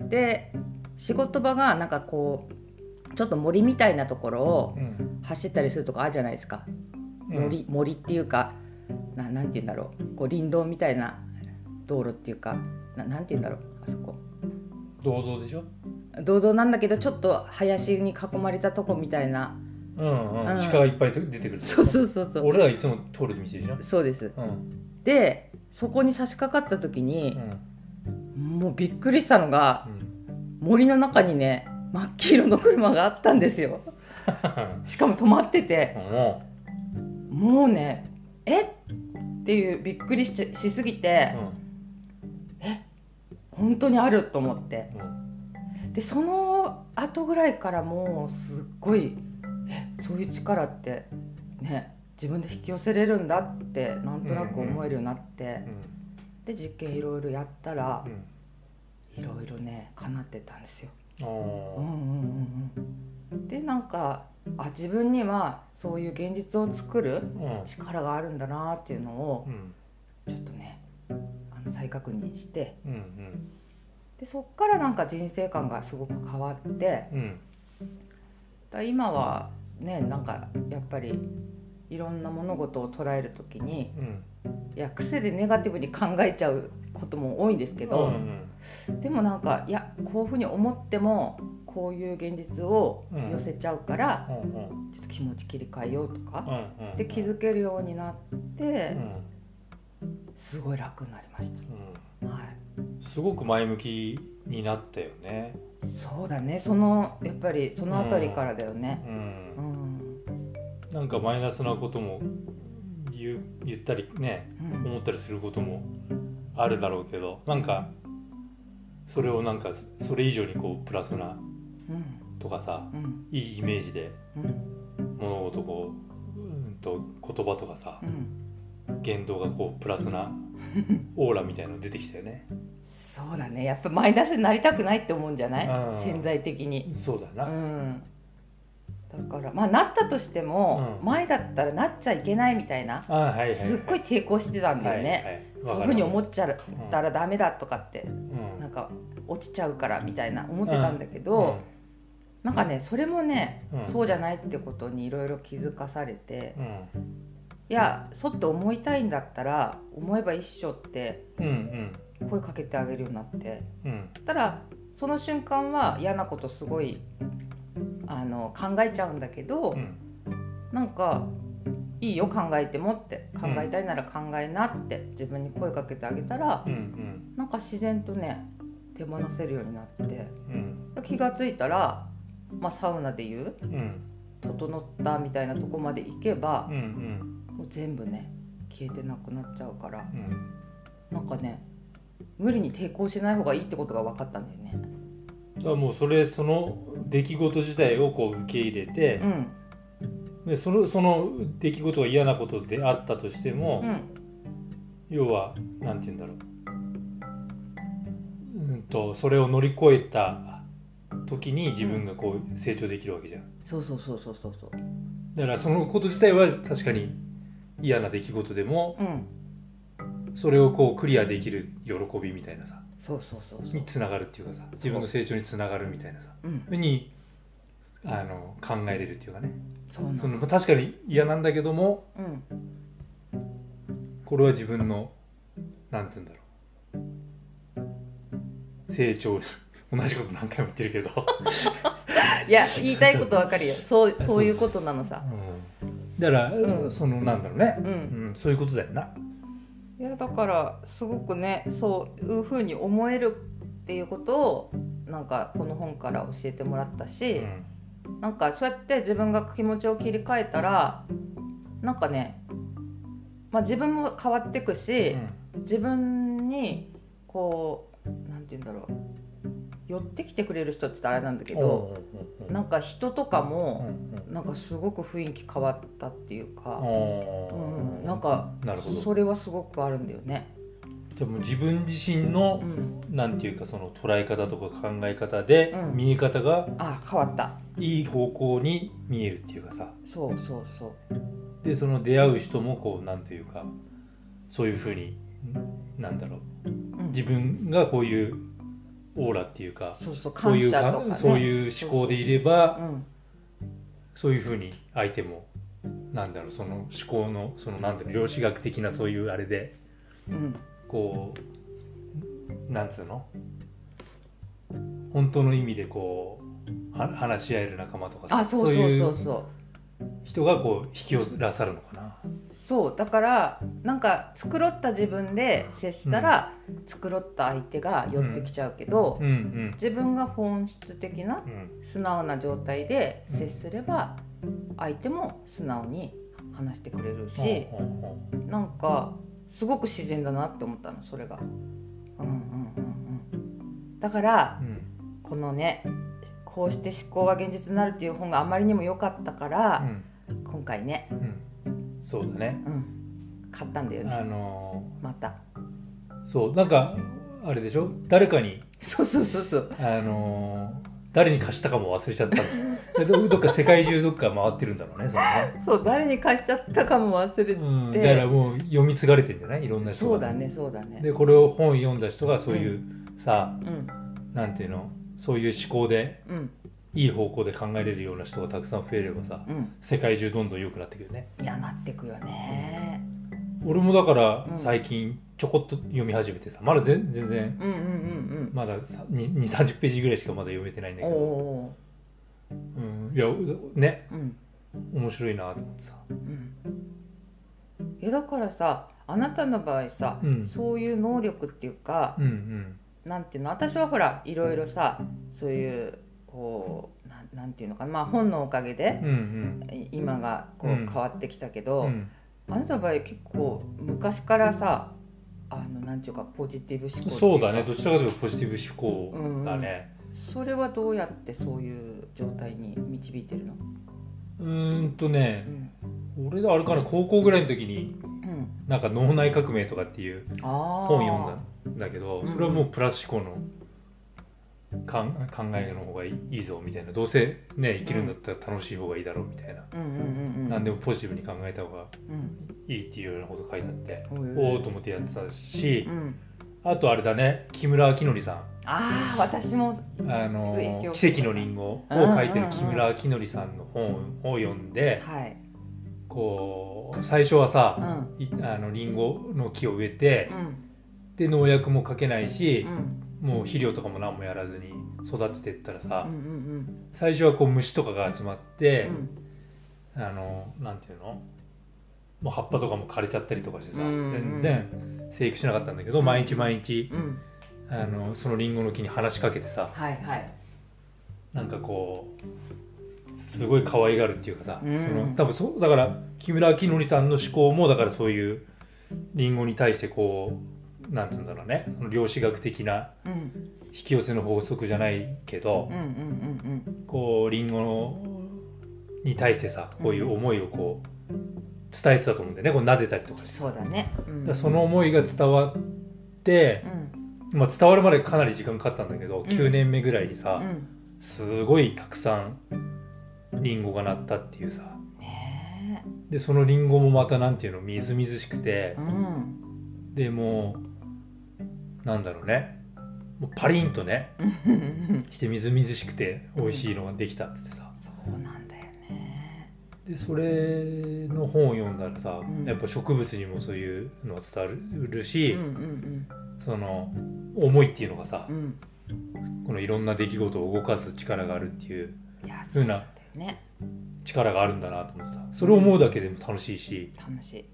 Speaker 2: うん
Speaker 1: で仕事場がなんかこうちょっと森みたいなところを
Speaker 2: うん
Speaker 1: 走ったりするとこあるじゃないですか森,、森っていうかななんて言うんだろうこう林道みたいな道路っていうかななんて言うんだろうあそこ
Speaker 2: 銅像でしょ
Speaker 1: 道道なんだけどちょっと林に囲まれたとこみたいな
Speaker 2: うんうん、
Speaker 1: うん
Speaker 2: 鹿がいっぱい出てくる
Speaker 1: そうそうそうそう
Speaker 2: 俺らいつも通る道でしょ
Speaker 1: そうです
Speaker 2: うん
Speaker 1: でそこに差し掛かった時
Speaker 2: う
Speaker 1: に、
Speaker 2: ん
Speaker 1: もうびっくりしたのが
Speaker 2: うん
Speaker 1: 森の中にね真っ黄色の車があったんですよしかも止まってて
Speaker 2: も
Speaker 1: もうねえっていうびっくりしちゃしすぎて
Speaker 2: う、ん
Speaker 1: 本当にあると思って
Speaker 2: うん
Speaker 1: でその後ぐらいからもうすっごいえそういう力ってね自分で引き寄せれるんだってなんとなく思えるようになって、で実験いろいろやったら
Speaker 2: う、
Speaker 1: い
Speaker 2: ん
Speaker 1: ろいろね叶ってたんですよ
Speaker 2: うんお
Speaker 1: うんうん
Speaker 2: ー
Speaker 1: うんうんでなんかあ自分にはそういう現実を作る
Speaker 2: うん
Speaker 1: 力があるんだなっていうのを
Speaker 2: うん
Speaker 1: ちょっとねあの再確認して
Speaker 2: うんうん
Speaker 1: でそっからなんか人生観がすごく変わってだか
Speaker 2: うん
Speaker 1: ら今はねなんかやっぱりいろんな物事を捉える時に
Speaker 2: うん
Speaker 1: いや癖でネガティブに考えちゃうことも多いんですけ
Speaker 2: う
Speaker 1: ど、
Speaker 2: ん
Speaker 1: でもなんかいやこういうふうに思ってもこういう現実を寄せちゃうから、
Speaker 2: うんうん
Speaker 1: ちょっと気持ち切り替えようとか、
Speaker 2: うんうん
Speaker 1: で気づけるようになって、
Speaker 2: うん
Speaker 1: すごい楽になりまし
Speaker 2: う
Speaker 1: た、はい、
Speaker 2: んすごく前向きになったよね
Speaker 1: そうだねそのやっぱりその辺りからだよね
Speaker 2: う
Speaker 1: う
Speaker 2: ん
Speaker 1: ん、うん
Speaker 2: なんかマイナスなことも言う言ったりね思ったりすることもあるだろうけどなんかそれをなんかそれ以上にこうプラスな
Speaker 1: うん
Speaker 2: とかさ
Speaker 1: うん
Speaker 2: いいイメージで
Speaker 1: うん
Speaker 2: 物事をこううんと言葉とかさ
Speaker 1: うん
Speaker 2: 言動がこうプラスなオーラみたいの出てきたよね
Speaker 1: そうだねやっぱマイナスになりたくないって思うんじゃない
Speaker 2: うん
Speaker 1: 潜在的に
Speaker 2: そうだ
Speaker 1: う
Speaker 2: な、
Speaker 1: んだからまあなったとしても、
Speaker 2: うん
Speaker 1: 前だったらなっちゃいけないみたいな
Speaker 2: あはいはいはい
Speaker 1: すっごい抵抗してたんだよね、
Speaker 2: はい
Speaker 1: そ
Speaker 2: はい、
Speaker 1: ういうふうに思
Speaker 2: て
Speaker 1: っちゃったらダメだとかってなんか落ちちゃうからみたいな思ってたんだけど、なんかねそれもね、
Speaker 2: うん
Speaker 1: そうじゃないってことにいろいろ気づかされて、
Speaker 2: うんうん
Speaker 1: いやそうって思いたいんだったら思えば一緒って
Speaker 2: うん
Speaker 1: 声かけてあげるようになって
Speaker 2: うんうん
Speaker 1: そしたらその瞬間は嫌なことすごいあの考えちゃうんだけど、
Speaker 2: うん
Speaker 1: なんかいいよ考えてもって考えたいなら考えなって自分に声かけてあげたら、
Speaker 2: うん
Speaker 1: なんか自然とね手放せるようになって。
Speaker 2: うん
Speaker 1: 気がついたら、まあ、サウナでいう
Speaker 2: うんうん
Speaker 1: 整ったみたいなとこまで行けば
Speaker 2: う、ん
Speaker 1: もう全部ね消えてなくなっちゃうから
Speaker 2: うん
Speaker 1: なんかね無理に抵抗しない方がいいってことが分かったんだよね。
Speaker 2: だからもうそれその出来事自体をこう受け入れて
Speaker 1: う、ん
Speaker 2: でそのその出来事が嫌なことであったとしても
Speaker 1: う、ん
Speaker 2: 要はなんて言うんだろう、うん、とそれを乗り越えた時に自分がこう成長できるわけじゃん
Speaker 1: そうそうそうそうそうそう。
Speaker 2: だからそのこと自体は確かに嫌な出来事でも
Speaker 1: うん
Speaker 2: それをこうクリアできる喜びみたいなさ
Speaker 1: そうそうそうそう
Speaker 2: に。つながるっていうかさ自分の成長につながるみたいなさ
Speaker 1: うん
Speaker 2: にあの考えれるっていうかね
Speaker 1: そうな
Speaker 2: そ
Speaker 1: の
Speaker 2: の確かに嫌なんだけども
Speaker 1: うん
Speaker 2: これは自分のなんて言うんだろう成長 [laughs] 同じこと何回も言ってるけど、
Speaker 1: いや言いたいことわかるよそうそういうことなのさ
Speaker 2: うん、だから、
Speaker 1: うん
Speaker 2: そのなんだろうね
Speaker 1: う、
Speaker 2: うんん、そういうことだよない
Speaker 1: やだからすごくねそういうふうに思えるっていうことをなんかこの本から教えてもらったし、
Speaker 2: うん
Speaker 1: なんかそうやって自分が気持ちを切り替えたらなんかね、まあ、自分も変わってくし、自分にこうなんて言うんだろう寄ってきてくれる人って言ったらあれなんだけど、
Speaker 2: うん
Speaker 1: なんか人とか
Speaker 2: うんう
Speaker 1: も、
Speaker 2: ん
Speaker 1: なんかすごく雰囲気変わったっていうか、う
Speaker 2: うん
Speaker 1: んなんか
Speaker 2: なるほど
Speaker 1: それはすごくあるんだよね。
Speaker 2: でも自分自身の
Speaker 1: う、ん、
Speaker 2: なんていうかその捉え方とか考え方で、
Speaker 1: うん
Speaker 2: 見え方が
Speaker 1: あ変わった
Speaker 2: いい方向に見えるっていうかさ
Speaker 1: そうそうそう
Speaker 2: でその出会う人もこうなんていうかそういうふうになんだろ
Speaker 1: う
Speaker 2: うん自分がこういうオーラっていうか
Speaker 1: そうそう
Speaker 2: そう
Speaker 1: 感
Speaker 2: い
Speaker 1: 謝
Speaker 2: う
Speaker 1: とか
Speaker 2: か
Speaker 1: ね、
Speaker 2: そういう思考でいれ
Speaker 1: う
Speaker 2: ば
Speaker 1: ん
Speaker 2: そういうふうに相手もなんだろうその思考のそのなんだろう量子学的なそういうあれで
Speaker 1: うん
Speaker 2: こうなんつうの本当の意味でこうは話し合える仲間とかさ
Speaker 1: あそうそうそうそう
Speaker 2: いう人がこう引き寄せらさるのかな
Speaker 1: そうだからなんか繕った自分で接したら、繕った相手が寄ってきちゃうけど、
Speaker 2: うんうん
Speaker 1: 自分が本質的な
Speaker 2: うん
Speaker 1: 素直な状態で接すれば、相手も素直に話してくれるし、
Speaker 2: ほうほうほ
Speaker 1: なんかすごく自然だなって思ったのそれが。うんうんうんうん、だから
Speaker 2: ううん
Speaker 1: このねこうして思考が現実になるっていう本があまりにも良かったから、今回ね、
Speaker 2: うんうんそうだね
Speaker 1: うん、買ったんだよ
Speaker 2: あ
Speaker 1: ね
Speaker 2: の
Speaker 1: また [laughs]
Speaker 2: ーそうなんかあれでしょ誰かに
Speaker 1: そうそうそうそう
Speaker 2: あのー誰に貸したかも忘れちゃったんだどどっか世界中どっか回ってるんだろうねそのね
Speaker 1: そう誰に貸しちゃったかも忘れて、
Speaker 2: うん、だからもう読み継がれてんじゃないいろんな人
Speaker 1: そ
Speaker 2: が
Speaker 1: うだねそうだね
Speaker 2: でこれを本読んだ人がそういう、さ
Speaker 1: うん
Speaker 2: なんていうのそういう思考で
Speaker 1: うん
Speaker 2: いい方向で考えれるような人がたくさん増えればさ
Speaker 1: うん
Speaker 2: 世界中どんどん良くなってくるね
Speaker 1: いやなってくよね
Speaker 2: 俺もだから
Speaker 1: うん
Speaker 2: 最近ちょこっと読み始めてさまだ全全然
Speaker 1: うんうんうん
Speaker 2: まだ2三3 0ページぐらいしかまだ読めてないん
Speaker 1: う
Speaker 2: だ
Speaker 1: ん
Speaker 2: け
Speaker 1: お
Speaker 2: ど、
Speaker 1: お
Speaker 2: うん、いやね
Speaker 1: ーうん
Speaker 2: 面白いなと思ってさ
Speaker 1: うんいやだからさあなたの場合さ、
Speaker 2: うん
Speaker 1: そういう能力っていうか
Speaker 2: う、んうん
Speaker 1: なんていうの私はほらいろいろさそういうこうなんなんていうのかなまあ本のおかげで
Speaker 2: うんうん
Speaker 1: い今がこう
Speaker 2: うん
Speaker 1: 変わってきたけど、
Speaker 2: うん
Speaker 1: あなたの場合結構昔からさあのなんていうかポジティブ思考っていか
Speaker 2: そうだねどちらかというとポジティブ思考だね、
Speaker 1: それはどうやってそういう状態に導いてるの
Speaker 2: うーんとね
Speaker 1: うん、
Speaker 2: 俺あれかな高校ぐらいの時に
Speaker 1: うん、
Speaker 2: なんか脳内革命とかっていう
Speaker 1: あー
Speaker 2: 本読んだんだけど
Speaker 1: うん
Speaker 2: それはもうプラス思考のかん考えの方がいいいいぞみたいなどうせね生きるんだったら楽しい方がいいだろうみたいな、
Speaker 1: うんうんうんうん
Speaker 2: 何でもポジティブに考えた方が
Speaker 1: うん
Speaker 2: いいっていうようなこと書いてあって、
Speaker 1: おい
Speaker 2: お
Speaker 1: お
Speaker 2: お
Speaker 1: い
Speaker 2: と思ってやってたし
Speaker 1: う、ん
Speaker 2: あとあれだね木村明則さん
Speaker 1: ああ私も
Speaker 2: 「あの
Speaker 1: 影響を
Speaker 2: 奇跡のりんご」を書いてる木村明則さんの本を読んで
Speaker 1: はい
Speaker 2: こう最初はさ
Speaker 1: うん
Speaker 2: いあのリンゴの木を植えて
Speaker 1: うん
Speaker 2: で農薬もかけないし
Speaker 1: うんう、ん
Speaker 2: もう肥料とかも何もやらずに育ててったら
Speaker 1: う
Speaker 2: さ、
Speaker 1: んうん
Speaker 2: 最初はこう虫とかが集まって
Speaker 1: う、ん
Speaker 2: あのなんていうのもう葉っぱとかも枯れちゃったりとかしてさ、
Speaker 1: うん
Speaker 2: 全然生育しなかったんだけど、毎日毎日
Speaker 1: うん
Speaker 2: あのそのリンゴの木に話しかけてさ
Speaker 1: はいはい
Speaker 2: なんかこうすごい可愛がるっていうかさ、
Speaker 1: うん
Speaker 2: その多分そうだから木村明則さんの思考もだからそういうリンゴに対してこうなんていうんだろうねその量子学的な
Speaker 1: うん
Speaker 2: 引き寄せの法則じゃないけど、
Speaker 1: うんうんうん
Speaker 2: こうリンゴに対してさこういう思いをこう伝えてたと思うんだよねこう撫でたりとか
Speaker 1: うん
Speaker 2: して
Speaker 1: そうだねう
Speaker 2: だ
Speaker 1: ん
Speaker 2: からその思いが伝わって
Speaker 1: う、ん
Speaker 2: まあ、伝わるまでかなり時間かかったんだけど、
Speaker 1: ん
Speaker 2: 9年目ぐらいに
Speaker 1: う
Speaker 2: さ、
Speaker 1: ん
Speaker 2: すごいたくさんリンゴが鳴ったっていうさ
Speaker 1: ね
Speaker 2: でそのリンゴもまたなんていうのみずみずしくて
Speaker 1: えうん
Speaker 2: でもうなんだろうねもうパリンとね
Speaker 1: うん
Speaker 2: してみずみずしくて美味しいのができたっつってさ、
Speaker 1: そそうなんだよね
Speaker 2: でそれの本を読んだらさ、
Speaker 3: うん
Speaker 2: やっぱ植物にもそういうのは伝わるし、
Speaker 3: うんうん
Speaker 2: その思いっていうのがさ
Speaker 3: う、ん
Speaker 2: このいろんな出来事を動かす力があるっていう
Speaker 1: いや
Speaker 2: ふうな
Speaker 1: ね
Speaker 2: 力があるんだなと思ってさそれを思うだけでも楽しいし
Speaker 1: 楽しい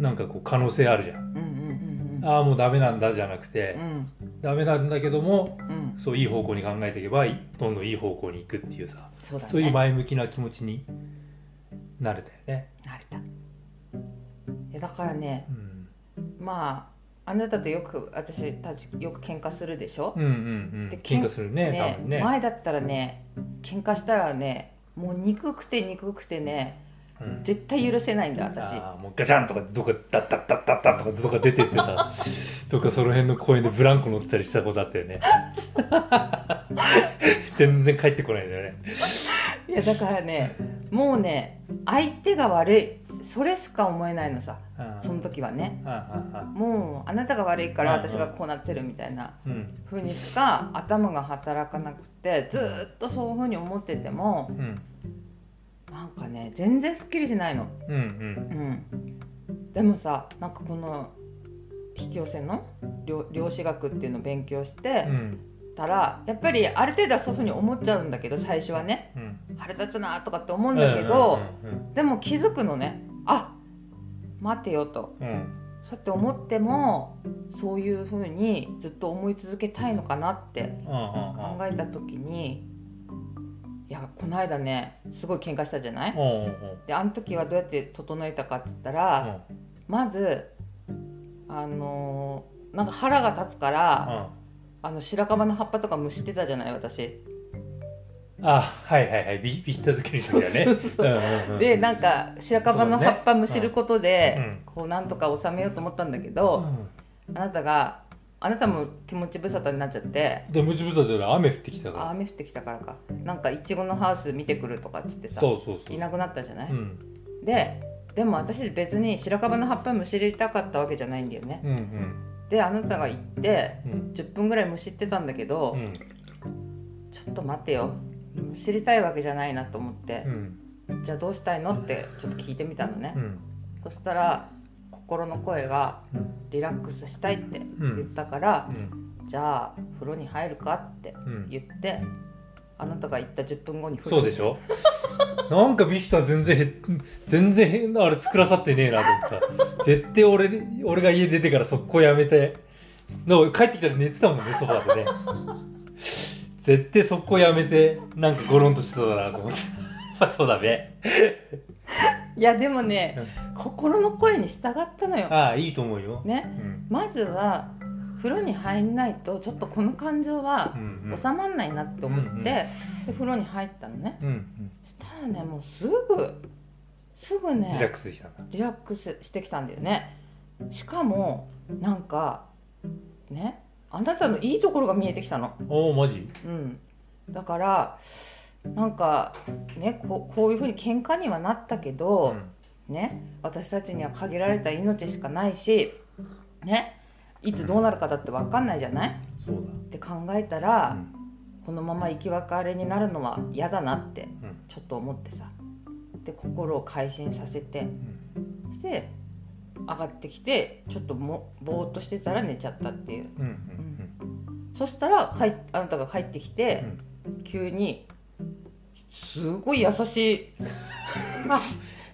Speaker 2: なんかこう可能性あるじゃ
Speaker 3: うんんうんうんうん
Speaker 2: ああもうダメなんだじゃなくて
Speaker 3: う、ん
Speaker 2: ダメなんだけども
Speaker 3: うん
Speaker 2: そういい方向に考えていけばどんどんいい方向に行くっていうさ
Speaker 1: そうだね
Speaker 2: そういう前向きな気持ちになれたよね。
Speaker 1: 慣れたいやだからね
Speaker 2: うん、
Speaker 1: まああなたとよく私たちよく喧嘩するでしょ
Speaker 2: うん、うんうん
Speaker 1: で
Speaker 2: 喧嘩するね多分ね。
Speaker 1: 前だったらね喧嘩したらねもう憎くて憎くてね
Speaker 2: うん
Speaker 1: 絶対許せないんだ私
Speaker 2: あーもうガチャンとかどっかダッダッダッダッダッとかどっか出てってさどっかその辺の公園でブランコ乗ってたりしたことあったよね全然帰ってこないんだよね
Speaker 1: いやだから [laughs] ねもうね相手が悪いそれしか思えないのさ
Speaker 2: あー
Speaker 1: その時はね
Speaker 2: あーあ
Speaker 1: もうあなたが悪いから
Speaker 2: うんうん
Speaker 1: 私がこうなってるみたいな
Speaker 2: ーうん
Speaker 1: 風にしか頭が働かなくてずーっとそういう風に思ってても
Speaker 2: うん
Speaker 1: なんかね全然すっきりしないの
Speaker 2: うんうん
Speaker 1: うんでもさなんかこの引き寄せの量量子学っていうのを勉強して
Speaker 2: うん
Speaker 1: たらやっぱりある程度はそういうふうに思っちゃうんだけど最初はね
Speaker 2: うん
Speaker 1: 腹立つなとかって思うんだけど、
Speaker 2: うん
Speaker 1: でも気づくのねあ待てよと
Speaker 2: うん
Speaker 1: そうやって思ってもそういうふうにずっと思い続けたいのかなって
Speaker 2: うんうん
Speaker 1: 考えた時にいやこの間ねすごい喧嘩したじゃない
Speaker 2: うんうんうん
Speaker 1: であの時はどうやって整えたかって言ったら、まずあのーなんか腹が立つから、あの白樺の葉っぱとか蒸してたじゃない私。
Speaker 2: あはいはいはいビビヒタ漬けにするんだよね
Speaker 1: そうそう
Speaker 2: う
Speaker 1: そうん
Speaker 2: うんうん
Speaker 1: でなんか白樺の葉っぱむしることで、
Speaker 2: うん
Speaker 1: こうなんとか収めようと思ったんだけ
Speaker 2: う
Speaker 1: ど、
Speaker 2: ん
Speaker 1: あなたがあなたも気持ち無沙汰になっちゃって。
Speaker 2: でムジブサじゃない雨降ってきた
Speaker 1: あ
Speaker 2: か
Speaker 1: 雨降ってきたからかなんかいちごのハウス見てくるとかっつって
Speaker 2: ら
Speaker 1: さ
Speaker 2: そうそうそう
Speaker 1: いなくなったじゃない、
Speaker 2: うん
Speaker 1: ででも私別に白樺の葉っぱむしりたかったわけじゃないんだよね
Speaker 2: うんうん
Speaker 1: であなたが行って
Speaker 2: うん
Speaker 1: 10分ぐらいむしってたんだけど、
Speaker 2: うん
Speaker 1: ちょっと待てよむしりたいわけじゃないなと思って
Speaker 2: う、ん
Speaker 1: じゃあどうしたいのってちょっと聞いてみたのね、
Speaker 2: うん
Speaker 1: そしたら心の声が
Speaker 2: うん
Speaker 1: リラックスしたいって
Speaker 2: うん
Speaker 1: 言ったから
Speaker 2: う、ん
Speaker 1: じゃあ風呂に入るかって
Speaker 2: うん
Speaker 1: 言ってあなたが行った10分後に風呂
Speaker 2: そうでしょなんかビヒタ全然へ全然変なあれ作らさってねえなと思ってさ絶対俺で俺が家出てから速攻やめてなんか帰ってきたら寝てたもんねソファーでね絶対速攻やめてなんかゴロンとしてたなと思ってまあそうだね
Speaker 1: いやでもね、心の声に従ったのよ、
Speaker 2: ああいいと思うよ、う
Speaker 1: ね、
Speaker 2: ん
Speaker 1: まずは風呂に入んないとちょっとこの感情は
Speaker 2: うんうん
Speaker 1: 収まんないなって思って、
Speaker 2: うんうん
Speaker 1: で風呂に入ったのね
Speaker 2: うんうん
Speaker 1: そしたらねもうすぐすぐね
Speaker 2: リラックスできたんだ
Speaker 1: リラックスしてきたんだよねしかもなんかねあなたのいいところが見えてきたの
Speaker 2: おおマジ
Speaker 1: うんだからなんかねこうこういうふうに喧嘩にはなったけど、ね私たちには限られた命しかないしねいつどうなるかだって分かんないじゃないっ
Speaker 2: そう
Speaker 1: て考えた
Speaker 2: だ、う
Speaker 1: ら、
Speaker 2: ん
Speaker 1: このまま生き別れになるのは嫌だなって
Speaker 2: うん
Speaker 1: ちょっと思ってさで心を改心させてして上がってきてちょっともぼーっとしてたら寝ちゃったっていう
Speaker 2: うんうんうん
Speaker 1: そしたら帰っあなたが帰ってきて、急にすごい優しい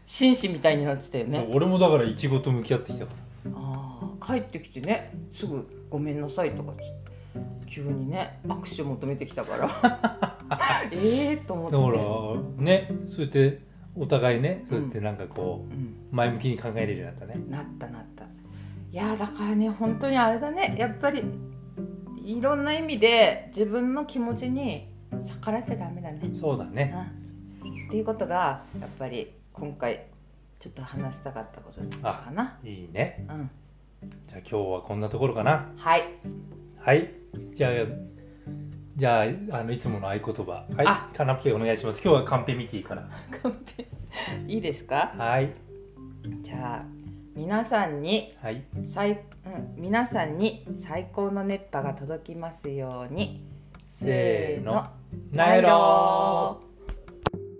Speaker 1: 紳士みたいになってたよ
Speaker 2: うん
Speaker 1: ね
Speaker 2: 俺もだからイチゴと向き合ってきたから
Speaker 1: あー帰ってきてねすぐ「ごめんなさい」とかっつって急にね握手を求めてきたからええと思って
Speaker 2: だからねそうやってお互いねそうやってなんかこ
Speaker 1: うん
Speaker 2: う前向きに考えれるようになったね
Speaker 1: なったなったいやーだからね本当にあれだねやっぱりいろんな意味で自分の気持ちに逆らっちゃダメだね、
Speaker 2: そうだ
Speaker 1: う
Speaker 2: ね
Speaker 1: ん、っていうことがやっぱり今回ちょっと話したかったことかな
Speaker 2: いいね
Speaker 1: うん
Speaker 2: じゃあ今日はこんなところかな
Speaker 1: はい、 [laughs]
Speaker 2: はいじゃあじゃああのいつもの合言葉
Speaker 1: あ
Speaker 2: はいカナッペお願いします今日はカンペミティから
Speaker 1: 乾杯いいですか
Speaker 2: はい
Speaker 1: じゃあ皆さんに
Speaker 2: はい
Speaker 1: 最、うん、皆さんに最高の熱波が届きますように
Speaker 2: せーの
Speaker 1: ナイロ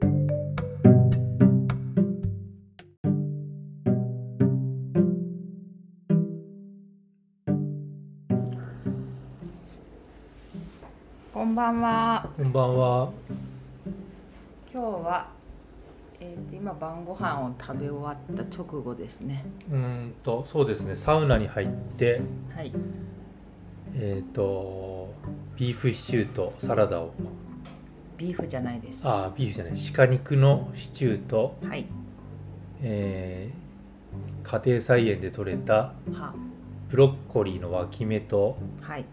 Speaker 1: ーこんばんは。
Speaker 2: こんばんは。
Speaker 1: 今日は、えーと今晩ご飯を食べ終わった直後ですね。
Speaker 2: うーんと、そうですね、サウナに入って、
Speaker 1: はい。
Speaker 2: えっ、と、ビーフシチューとサラダを、
Speaker 1: ビーフじゃないです。
Speaker 2: あー、ビーフじゃない、鹿肉のシチューと、
Speaker 1: はい。
Speaker 2: えー家庭菜園で採れた
Speaker 1: は。
Speaker 2: ブロッコリーの脇芽と、
Speaker 1: はい。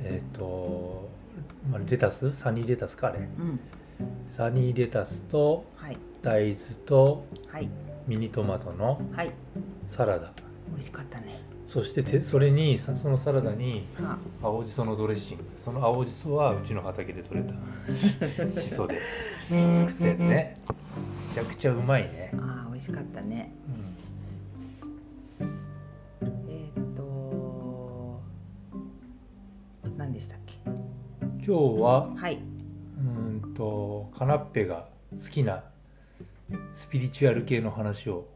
Speaker 2: えっ、と、まあレタスサニーレタスかあれ
Speaker 1: うん。
Speaker 2: サニーレタスと
Speaker 1: はい。
Speaker 2: 大豆と
Speaker 1: はい。
Speaker 2: ミニトマトの
Speaker 1: はい。
Speaker 2: サラダ
Speaker 1: 美味しかったね。
Speaker 2: そしててそれにさそのサラダに
Speaker 1: は。
Speaker 2: 青じそのドレッシングその青じそはうちの畑で採れたしそで作ったやつねめちゃくちゃうまいね、
Speaker 1: ああ、美味しかったね。えっ、と。何でしたっけ。
Speaker 2: 今日は
Speaker 1: はい。
Speaker 2: うーんとカナッペが好きなスピリチュアル系の話を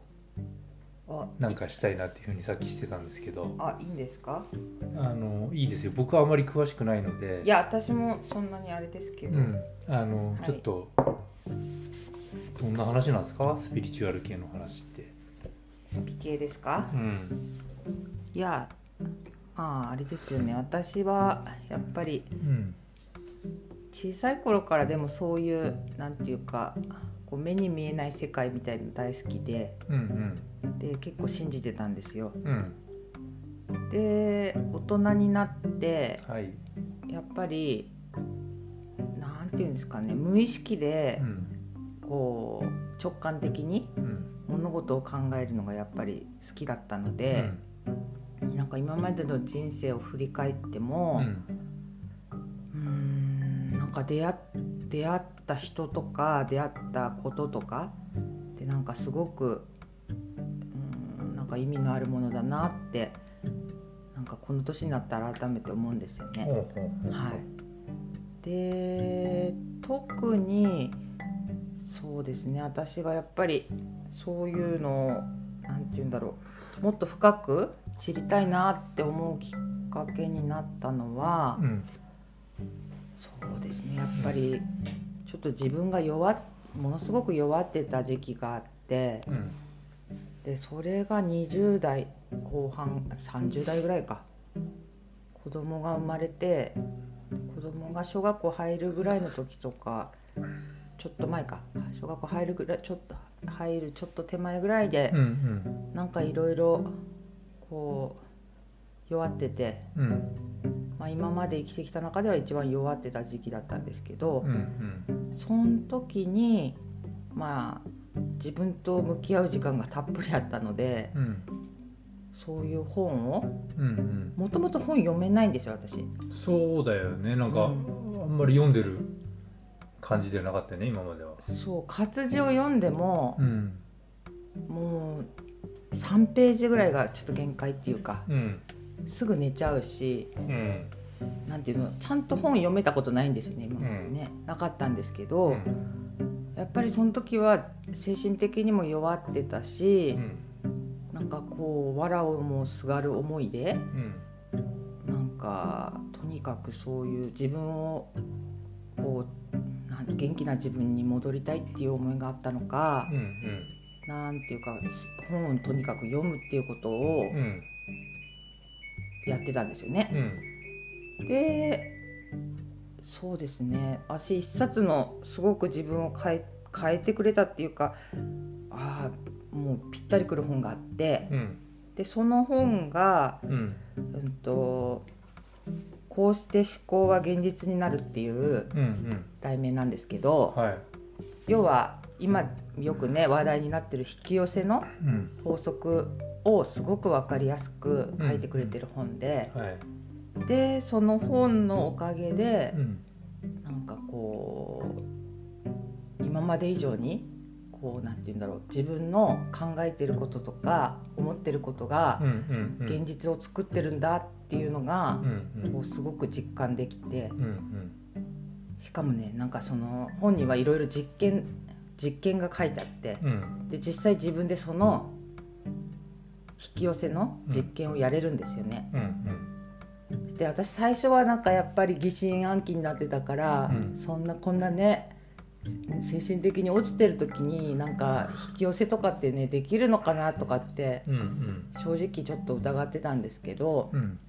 Speaker 1: あ、
Speaker 2: なんかしたいなっていうふうにさっきしてたんですけど
Speaker 1: あ、いいんですか。
Speaker 2: あのいいですよ僕はあまり詳しくないので
Speaker 1: いや、私もそんなにあれですけ
Speaker 2: う
Speaker 1: ど。
Speaker 2: ん、あの、
Speaker 1: はい
Speaker 2: ちょっとどんな話なんですかスピリチュアル系の話って、
Speaker 1: スピ系ですか。
Speaker 2: うん
Speaker 1: いやあーあれですよね私はやっぱり
Speaker 2: うん
Speaker 1: 小さい頃からでもそういうなんていうかこう目に見えない世界みたいの大好きで
Speaker 2: うん
Speaker 1: で結構信じてたんですよ
Speaker 2: うんうん
Speaker 1: で大人になって
Speaker 2: はい、
Speaker 1: やっぱりなんていうんですかね無意識で
Speaker 2: うん
Speaker 1: こう直感的に
Speaker 2: うん
Speaker 1: 物事を考えるのがやっぱり好きだったので、なんか今までの人生を振り返って
Speaker 2: う
Speaker 1: も、
Speaker 2: ん
Speaker 1: うーんなんか出会っ出会った人とか出会ったこととかでなんかすごくうーんなんか意味のあるものだなってなんかこの年になって改めて思うんですよね。
Speaker 2: ほうほうほう
Speaker 1: はい、で特にそうですね私がやっぱりそういうのを何て言うんだろうもっと深く知りたいなって思うきっかけになったのは。
Speaker 2: うん
Speaker 1: そうですねやっぱりちょっと自分が弱っものすごく弱ってた時期があって
Speaker 2: うん
Speaker 1: でそれが20代後半30代ぐらいか子供が生まれて子供が小学校入るぐらいの時とかちょっと前か小学校入るぐらいちょっと入るちょっと手前ぐらいで
Speaker 2: うんうん
Speaker 1: なんかいろいろこう弱ってて、
Speaker 2: うん
Speaker 1: まあ、今まで生きてきた中では一番弱ってた時期だったんですけど。
Speaker 2: うんうん
Speaker 1: その時にまあ自分と向き合う時間がたっぷりあったので
Speaker 2: うん
Speaker 1: そういう本を
Speaker 2: うん
Speaker 1: もともと本読めないんですよ私
Speaker 2: うんそうだよねなんか、
Speaker 1: う
Speaker 2: あんまり読んでる感じではなかったよね今までは
Speaker 1: そう活字を読んでも
Speaker 2: うん
Speaker 1: もう3ページぐらいがちょっと限界っていうか
Speaker 2: うん
Speaker 1: すぐ寝ちゃうし
Speaker 2: うん
Speaker 1: なんていうのちゃんと本読めたことないんですよね今までね、なかったんですけど、
Speaker 2: うん
Speaker 1: やっぱりその時は精神的にも弱ってた
Speaker 2: う
Speaker 1: し、
Speaker 2: ん
Speaker 1: なんかこう藁をもすがる思いで
Speaker 2: うん
Speaker 1: なんかとにかくそういう自分をこうなん元気な自分に戻りたいっていう思いがあったのか
Speaker 2: う、ん
Speaker 1: なんていうか本をとにかく読むっていうことを
Speaker 2: うんうん
Speaker 1: やってたんですよね。
Speaker 2: うん
Speaker 1: でそうですね私一冊のすごく自分を変え変えてくれたっていうかああもうぴったりくる本があって
Speaker 2: うん
Speaker 1: でその本が、
Speaker 2: うん
Speaker 1: うんと「こうして思考は現実になる」っていう
Speaker 2: うんうん
Speaker 1: 題名なんですけど、
Speaker 2: はい
Speaker 1: 要は今よくね話題になってる引き寄せの
Speaker 2: うん
Speaker 1: 法則をすごく分かりやすく書いてくれてる本で、
Speaker 2: はい
Speaker 1: でその本のおかげで
Speaker 2: うん
Speaker 1: なんかこう今まで以上にこうなんて言うんだろう自分の考えてることとか思ってることが
Speaker 2: うんうんうん
Speaker 1: 現実を作ってるんだっていうのが
Speaker 2: う、ん
Speaker 1: こうすごく実感できて
Speaker 2: うんうん
Speaker 1: しかもねなんかその本にはいろいろ実験実験が書いてあって。
Speaker 2: うんうん
Speaker 1: で実際自分でその引き寄せの実験をやれるんですよね、
Speaker 2: うんうん
Speaker 1: そしで私最初はなんかやっぱり疑心暗鬼になってたから、
Speaker 2: うん
Speaker 1: そんなこんなね精神的に落ちてる時になんか引き寄せとかってねできるのかなとかって
Speaker 2: うんうん
Speaker 1: 正直ちょっと疑ってたんですけど
Speaker 2: うん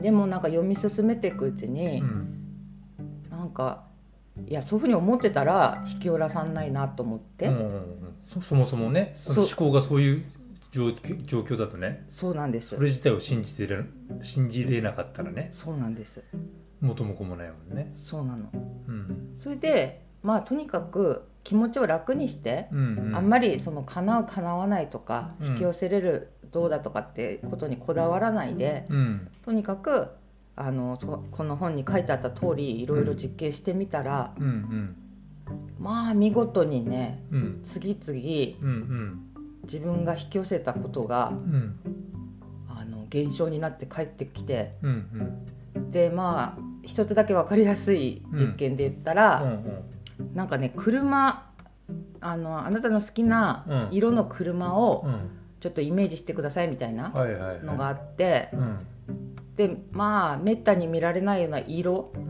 Speaker 1: でもなんか読み進めていくうちに、
Speaker 2: うん
Speaker 1: なんかいやそういうふうに思ってたら引き寄らさんないなと思って、
Speaker 2: うんうんうんそそもそもね
Speaker 1: そう
Speaker 2: 思考がそういう状状況だとね
Speaker 1: そうなんです
Speaker 2: それ自体を信じてれ信じれなかったらね
Speaker 1: そうなんです
Speaker 2: 元も子もないもんね
Speaker 1: そうなの
Speaker 2: うん
Speaker 1: それでまあとにかく気持ちを楽にして、
Speaker 2: うん
Speaker 1: あんま
Speaker 2: り
Speaker 1: りその叶う叶わないとか
Speaker 2: うん
Speaker 1: 引き寄せれるどうだとかってことにこだわらないで、
Speaker 2: うん
Speaker 1: とにかくあのそこの本に書いてあった通りいろいろ実験してみたら、
Speaker 2: うんうん
Speaker 1: まあ見事にね
Speaker 2: うん
Speaker 1: 次々
Speaker 2: うんうん
Speaker 1: 自分が引き寄せたことが
Speaker 2: うん
Speaker 1: あの現象になって帰ってきて
Speaker 2: うんうん
Speaker 1: でまあ一つだけ分かりやすい実験で言ったら、なんかね車あのあなたの好きな色の車を
Speaker 2: うんうん
Speaker 1: ちょっとイメージしてくださいみたいな
Speaker 2: はいはいはい
Speaker 1: のがあって
Speaker 2: うん
Speaker 1: でまあめったに見られないような色
Speaker 2: うん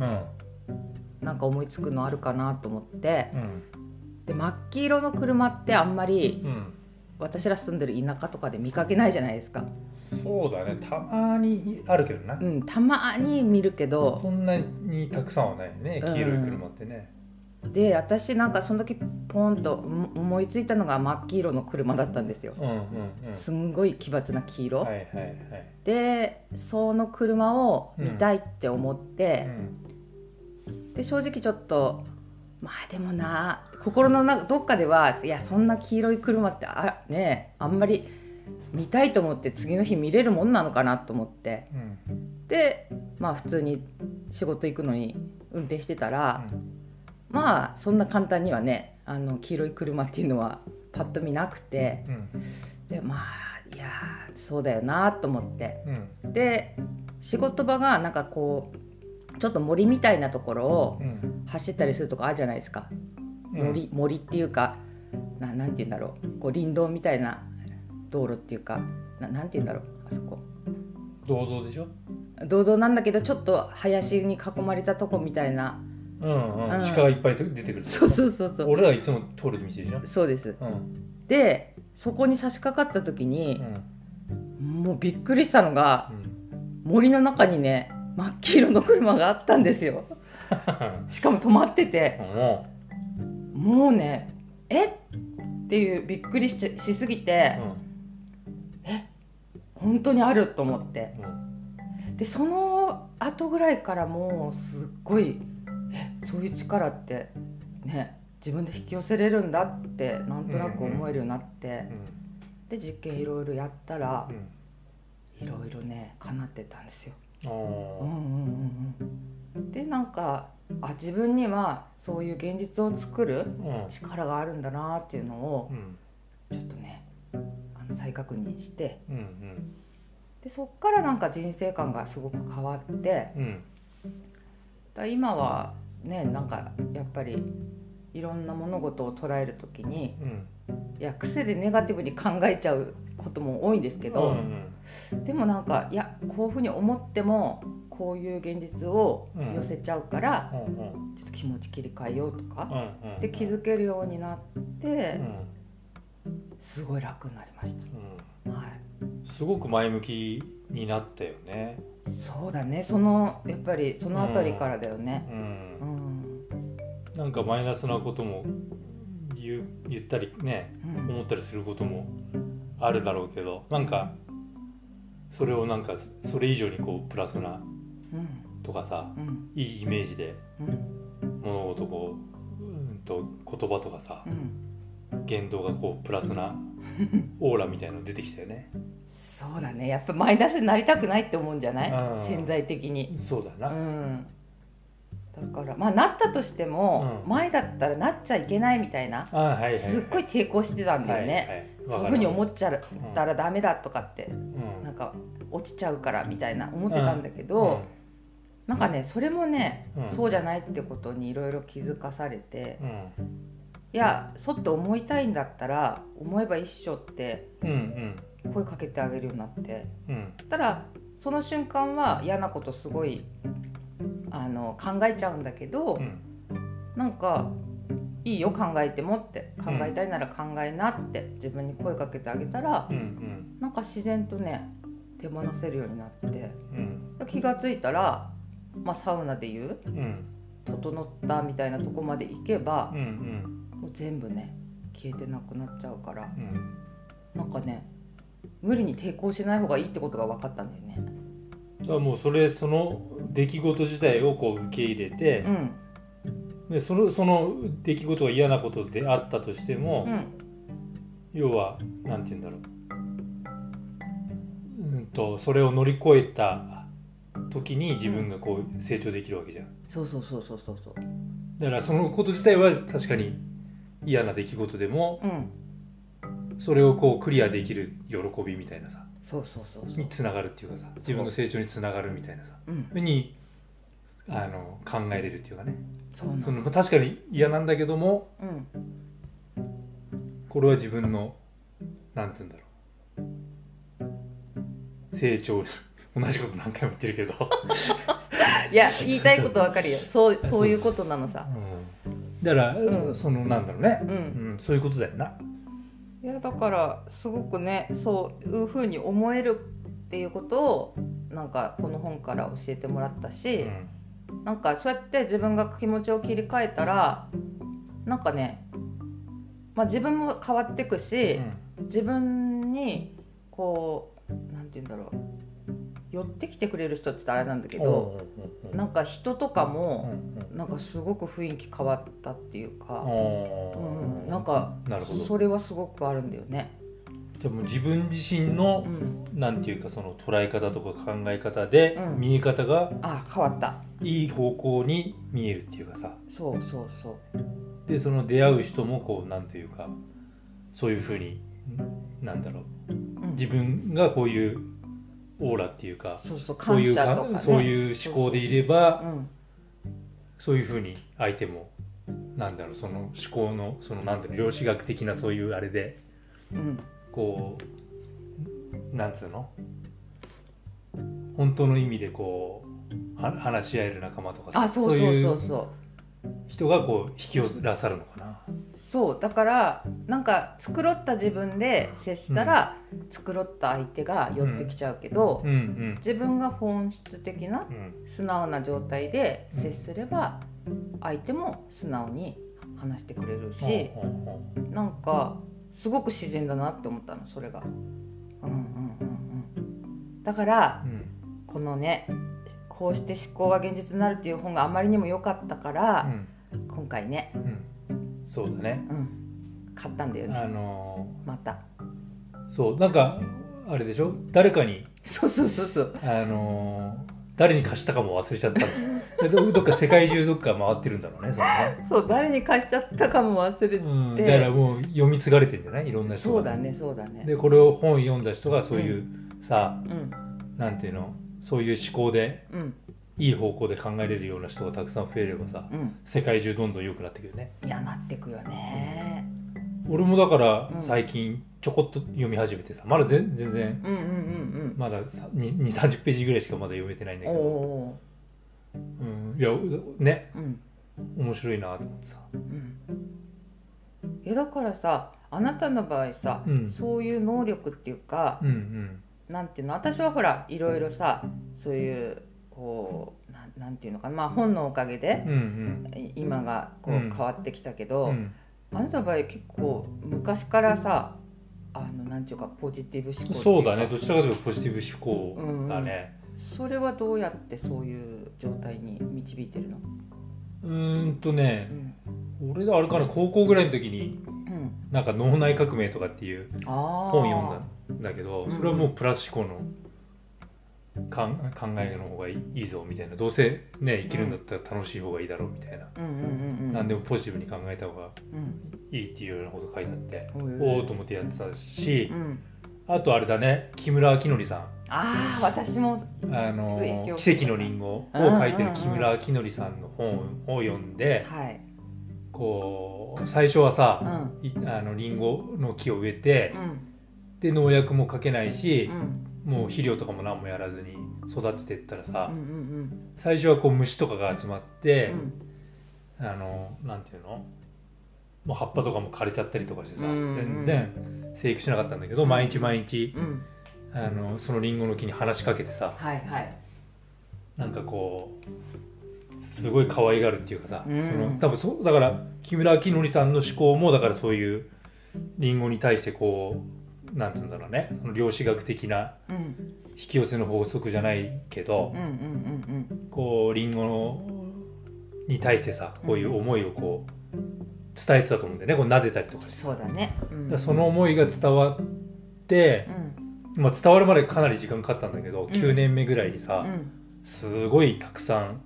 Speaker 1: なんか思いつくのあるかなと思って
Speaker 2: うん
Speaker 1: で真っ黄色の車ってあんまり
Speaker 2: うん
Speaker 1: 私ら住んでる田舎とかで見かけないじゃないですか、
Speaker 2: そうだねたまにあるけどな、
Speaker 1: うん、たまに見るけど
Speaker 2: そんなにたくさんはないよね黄色い車ってね、
Speaker 1: で私なんかその時ポンと思思いついたのが真っ黄色の車だったんですよ
Speaker 2: うん、うんうん
Speaker 1: すんごい奇抜な黄色、
Speaker 2: はいはいはい、
Speaker 1: でその車を見たいって思っ
Speaker 2: う
Speaker 1: て、
Speaker 2: ん
Speaker 1: で正直ちょっとまあでもな心の中どっかではいやそんな黄色い車ってあねあんまり見たいと思って次の日見れるもんなのかなと思って
Speaker 2: うん
Speaker 1: でまあ普通に仕事行くのに運転してたら、
Speaker 2: うん
Speaker 1: まあそんな簡単にはねあの黄色い車っていうのはパッと見なくて
Speaker 2: うん
Speaker 1: でまあいやーそうだよなと思って
Speaker 2: うん
Speaker 1: で仕事場がなんかこうちょっと森みたいなところを
Speaker 2: うん
Speaker 1: 走ったりするとこあるじゃないですか、森森っていうかななんて言うんだろうこう林道みたいな道路っていうかななんて言うんだろうあそこ
Speaker 2: 銅像でしょ
Speaker 1: 堂々なんだけどちょっと林に囲まれたとこみたいな
Speaker 2: うんうん、
Speaker 1: うん
Speaker 2: 鹿がいっぱい出てくる
Speaker 1: そうそうそうそう
Speaker 2: 俺らいつも通る道でしょ
Speaker 1: そうです
Speaker 2: うん
Speaker 1: でそこに差し掛かった時
Speaker 2: う
Speaker 1: に、
Speaker 2: ん
Speaker 1: もうびっくりしたのが
Speaker 2: うん
Speaker 1: 森の中にね真っ黄色の車があったんですよしかも止まってて
Speaker 2: も
Speaker 1: もうねえっていうびっくりしちゃしすぎ
Speaker 2: う
Speaker 1: て
Speaker 2: ん、
Speaker 1: 本当にあると思って
Speaker 2: うん
Speaker 1: でその後ぐらいからもうすっごいえそういう力ってね自分で引き寄せれるんだってなんとなく思えるようになって、
Speaker 2: うん
Speaker 1: で実験いろいろやったら
Speaker 2: う、
Speaker 1: い
Speaker 2: ん
Speaker 1: ろいろね叶ってたんですよ。
Speaker 2: あ
Speaker 1: うんうん
Speaker 2: ー
Speaker 1: うんうん、でなんかあ自分にはそういう現実を作る
Speaker 2: うん
Speaker 1: 力があるんだなっていうのを
Speaker 2: うん
Speaker 1: ちょっとねあの再確認して
Speaker 2: うんうん
Speaker 1: でそっからなんか人生観がすごく変わって
Speaker 2: うん
Speaker 1: だ今はねなんかやっぱりいろんな物事を捉える時に
Speaker 2: うん
Speaker 1: いや癖でネガティブに考えちゃうことも多いんですけど、でもなんかいやこういうふうに思ってもこういう現実を寄せちゃうから、
Speaker 2: うんうんうん
Speaker 1: ちょっと気持ち切り替えようとか、
Speaker 2: うんうん
Speaker 1: で気づけるようになって、
Speaker 2: うん
Speaker 1: すごい楽になりまし
Speaker 2: う
Speaker 1: た、はい、
Speaker 2: んすごく前向きになったよね
Speaker 1: そうだねそのやっぱりその辺りからだよね
Speaker 2: う
Speaker 1: うんん、
Speaker 2: なんかマイナスなことも言う言ったりね
Speaker 1: うん
Speaker 2: 思ったりすることもあるだろうけどなんかそれをなんかそれ以上にこうプラスな
Speaker 1: うん
Speaker 2: とかさ
Speaker 1: うん
Speaker 2: いいイメージで
Speaker 1: うん
Speaker 2: 物事をこううんと言葉とかさ
Speaker 1: うん
Speaker 2: 言動がこうプラスなオーラみたいなの出てきたよね
Speaker 1: そうだねやっぱマイナスになりたくないって思うんじゃない
Speaker 2: うん
Speaker 1: 潜在的に
Speaker 2: そうだ
Speaker 1: う
Speaker 2: な、
Speaker 1: んだからまあなったとしても、
Speaker 2: うん
Speaker 1: 前だったらなっちゃいけないみたいな
Speaker 2: あはいはい、はい、
Speaker 1: すっごい抵抗してたんだよね、
Speaker 2: は
Speaker 1: そ
Speaker 2: いは
Speaker 1: ういうふう
Speaker 2: い、
Speaker 1: に思
Speaker 2: て、
Speaker 1: っちゃったらダメだとかって
Speaker 2: うん
Speaker 1: なんか落ちちゃうからみたいな思ってたんだけど、なんかねそれもね、
Speaker 2: うん
Speaker 1: そうじゃないってことにいろいろ気づかされて、
Speaker 2: うんうん
Speaker 1: いやそうって思いたいんだったら思えば一緒って
Speaker 2: うん
Speaker 1: 声かけてあげるようになって
Speaker 2: うん
Speaker 1: そしたらその瞬間は嫌なことすごいあの考えちゃうんだけど、
Speaker 2: うん
Speaker 1: なんかいいよ考えてもって考えたいなら考えなって自分に声かけてあげたら
Speaker 2: う、ん
Speaker 1: なんか自然とね手放せるようになって
Speaker 2: うん
Speaker 1: 気が付いたら、まあ、サウナでいう
Speaker 2: うんうん
Speaker 1: 整ったみたいなとこまで行けば
Speaker 2: うんう、ん
Speaker 1: もう全部ね消えてなくなっちゃうから
Speaker 2: うん
Speaker 1: なんかね無理に抵抗しない方がいいってことが分かったんだよね。
Speaker 2: だからもうそれその出来事自体をこう受け入れて
Speaker 1: う、ん
Speaker 2: でそのその出来事が嫌なことであったとしても、
Speaker 1: うん
Speaker 2: 要はなんて言うんだろううんとそれを乗り越えた時に自分がこう成長できるわけじゃん
Speaker 1: そうそうそうそうそうそう。
Speaker 2: だからそのこと自体は確かに嫌な出来事でも
Speaker 1: うん。
Speaker 2: それをこうクリアできる喜びみたいなさ
Speaker 1: そうそうそうそう
Speaker 2: に。つながるっていうかさ自分の成長につながるみたいなさ
Speaker 1: うん
Speaker 2: ふ。うにあの考えれるっていうかね
Speaker 1: そうな
Speaker 2: そ
Speaker 1: の。
Speaker 2: の確かに嫌なんだけども
Speaker 1: うん。
Speaker 2: これは自分のなんて言うんだろう成長 [laughs] 同じこと何回も言ってるけど、
Speaker 1: いや言いたいこと分
Speaker 2: [laughs]
Speaker 1: かるよ。そうそういうことなのさ。
Speaker 2: うん、だから、
Speaker 1: うん
Speaker 2: そのなんだろうね
Speaker 1: う、。
Speaker 2: うんん、そういうことだよない
Speaker 1: やだからすごくねそういうふうに思えるっていうことをなんかこの本から教えてもらったし。
Speaker 2: うん
Speaker 1: なんかそうやって自分が気持ちを切り替えたらなんかね、まあ、自分も変わってく
Speaker 2: う
Speaker 1: し、
Speaker 2: ん
Speaker 1: 自分にこうなんて言うんだろう寄ってきてくれる人って言ったらあれなんだけど、
Speaker 2: うん
Speaker 1: なんか人とか
Speaker 2: うんう
Speaker 1: も、
Speaker 2: ん
Speaker 1: なんかすごく雰囲気変わったっていうか、
Speaker 2: うん
Speaker 1: うんなんか
Speaker 2: なるほど
Speaker 1: それはすごくあるんだよね。
Speaker 2: でも自分自身の
Speaker 1: う、ん、
Speaker 2: なんていうかその捉え方とか考え方で、
Speaker 1: うん
Speaker 2: 見え方が
Speaker 1: あ変わった
Speaker 2: いい方向に見えるっていうかさ
Speaker 1: そうそうそう
Speaker 2: でその出会う人もこうなんていうかそういうふうになんだろう
Speaker 1: うん
Speaker 2: 自分がこういうオーラっていうか
Speaker 1: そうそう
Speaker 2: そう
Speaker 1: 感
Speaker 2: いう
Speaker 1: 謝
Speaker 2: か
Speaker 1: とかね
Speaker 2: そういう思考でいれば
Speaker 1: うん
Speaker 2: そういうふうに相手もなんだろうその思考のそのなんだろう量子学的なそういうあれで
Speaker 1: うん
Speaker 2: こうなんつうの本当の意味でこうは話し合える仲間とか
Speaker 1: あそう
Speaker 2: そ
Speaker 1: そうう
Speaker 2: い
Speaker 1: そう
Speaker 2: う
Speaker 1: そう
Speaker 2: 人がこう引き寄せらさるのかな。
Speaker 1: そうだからなんか繕った自分で接したら、繕った相手が寄ってきちゃうけど、
Speaker 2: うんうん
Speaker 1: 自分が本質的な
Speaker 2: うん
Speaker 1: 素直な状態で接すれば、相手も素直に話してくれるし、
Speaker 2: ほうほうほ
Speaker 1: なんかすごく自然だなって思ったのそれが。うんうんうんうん、だから
Speaker 2: ううん
Speaker 1: このねこうして思考は現実になるっていう本があまりにも良かったから、今回ね、
Speaker 2: うんそうだね。
Speaker 1: うん、買ったんだよ
Speaker 2: あ
Speaker 1: ね
Speaker 2: のー
Speaker 1: また。 [laughs]
Speaker 2: そうなんかあれでしょ誰かに
Speaker 1: そうそうそうそう。
Speaker 2: あのー誰に貸したかも忘れちゃった
Speaker 1: [laughs]
Speaker 2: のどどっか世界中どっか回ってるんだろうねそのね
Speaker 1: そう誰に貸しちゃったかも忘れて、
Speaker 2: うんだからもう読み継がれてんじゃないいろんな人が
Speaker 1: そうだねそうだね。
Speaker 2: でこれを本読んだ人がそういう、さ
Speaker 1: うん
Speaker 2: なんていうのそういう思考で
Speaker 1: うん
Speaker 2: いい方向で考えれるような人がたくさん増えればさ
Speaker 1: う
Speaker 2: 世界中どんどん良くなってくるね
Speaker 1: ん。いやなってくよね。
Speaker 2: 俺もだから
Speaker 1: うん
Speaker 2: 最近ちょこっと読み始めてさまだ全全然
Speaker 1: うんうんうん
Speaker 2: まだ2三3 0ページぐらいしかまだ読めてないん
Speaker 1: う
Speaker 2: だ
Speaker 1: ん。
Speaker 2: け
Speaker 1: お
Speaker 2: ど、
Speaker 1: お
Speaker 2: うん、いやね
Speaker 1: ー。うん
Speaker 2: 面白いなと思ってさ
Speaker 1: うん。いやだからさあなたの場合さ、
Speaker 2: うん
Speaker 1: そういう能力っていうか
Speaker 2: う、んうん
Speaker 1: なんていうの私はほらいろいろさそういうこうなんなんていうのかなまあ本のおかげで
Speaker 2: うんうん
Speaker 1: い今がこう
Speaker 2: うん
Speaker 1: 変わってきたけど。
Speaker 2: うん
Speaker 1: あなたの場合結構昔からさあのなんていうかポジティブ思考っていか
Speaker 2: そうだねどちらかというとポジティブ思考だね
Speaker 1: それはどうやってそういう状態に導いてるの
Speaker 2: うーんと
Speaker 1: う
Speaker 2: ね
Speaker 1: ん、
Speaker 2: 俺があれかな高校ぐらいの時に
Speaker 1: うん、
Speaker 2: なんか脳内革命とかっていう
Speaker 1: ああ
Speaker 2: 本読んだんだけど
Speaker 1: うん
Speaker 2: それはもうプラス思考のかん考えの方がいいぞみたいなどうせね生きるんだったら楽しい方がいいだろうみたいな
Speaker 1: うんうんうんうん
Speaker 2: 何でもポジティブに考えた方が
Speaker 1: うん
Speaker 2: いいっていうようなこと書いてあって
Speaker 1: うん
Speaker 2: おおと思ってやってたし
Speaker 1: うん
Speaker 2: あとあれだね木村明則さん
Speaker 1: ああ私も
Speaker 2: あの
Speaker 1: 影響を
Speaker 2: 「奇跡のリンゴ」を書いてる木村明則さんの本を読んで
Speaker 1: はい
Speaker 2: こう最初は
Speaker 1: う
Speaker 2: さ
Speaker 1: ん
Speaker 2: いあのリンゴの木を植えて
Speaker 1: うん
Speaker 2: で農薬もかけないうし
Speaker 1: ん
Speaker 2: もう肥料とかも何もやらずに育ててったらさ、
Speaker 1: うんうん
Speaker 2: 最初はこう虫とかが集まって
Speaker 1: う、ん
Speaker 2: あのなんていうのもう葉っぱとかも枯れちゃったりとかしてさ、
Speaker 1: うん
Speaker 2: 全然生育しなかったんだけど毎日毎日
Speaker 1: うんうん
Speaker 2: あのそのリンゴの木に話しかけてさ
Speaker 1: はいはい
Speaker 2: なんかこうすごい可愛がるっていうかさ、
Speaker 1: うん
Speaker 2: その多分そうだから木村明則さんの思考もだからそういうリンゴに対してこうなんていうんだろうねその量子学的な
Speaker 1: うん
Speaker 2: 引き寄せの法則じゃないけど
Speaker 1: うんう、んうん
Speaker 2: こうリンゴに対してさこういう思いをこう伝えてたと思うんだよねこう撫でたりとか
Speaker 1: うん
Speaker 2: して
Speaker 1: そうだねうん
Speaker 2: だからその思いが伝わって
Speaker 1: う、ん
Speaker 2: まあ、伝わるまでかなり時間かかったんだけど、
Speaker 1: ん
Speaker 2: 9年目ぐらいに
Speaker 1: う
Speaker 2: さ、
Speaker 1: ん
Speaker 2: すごいたくさん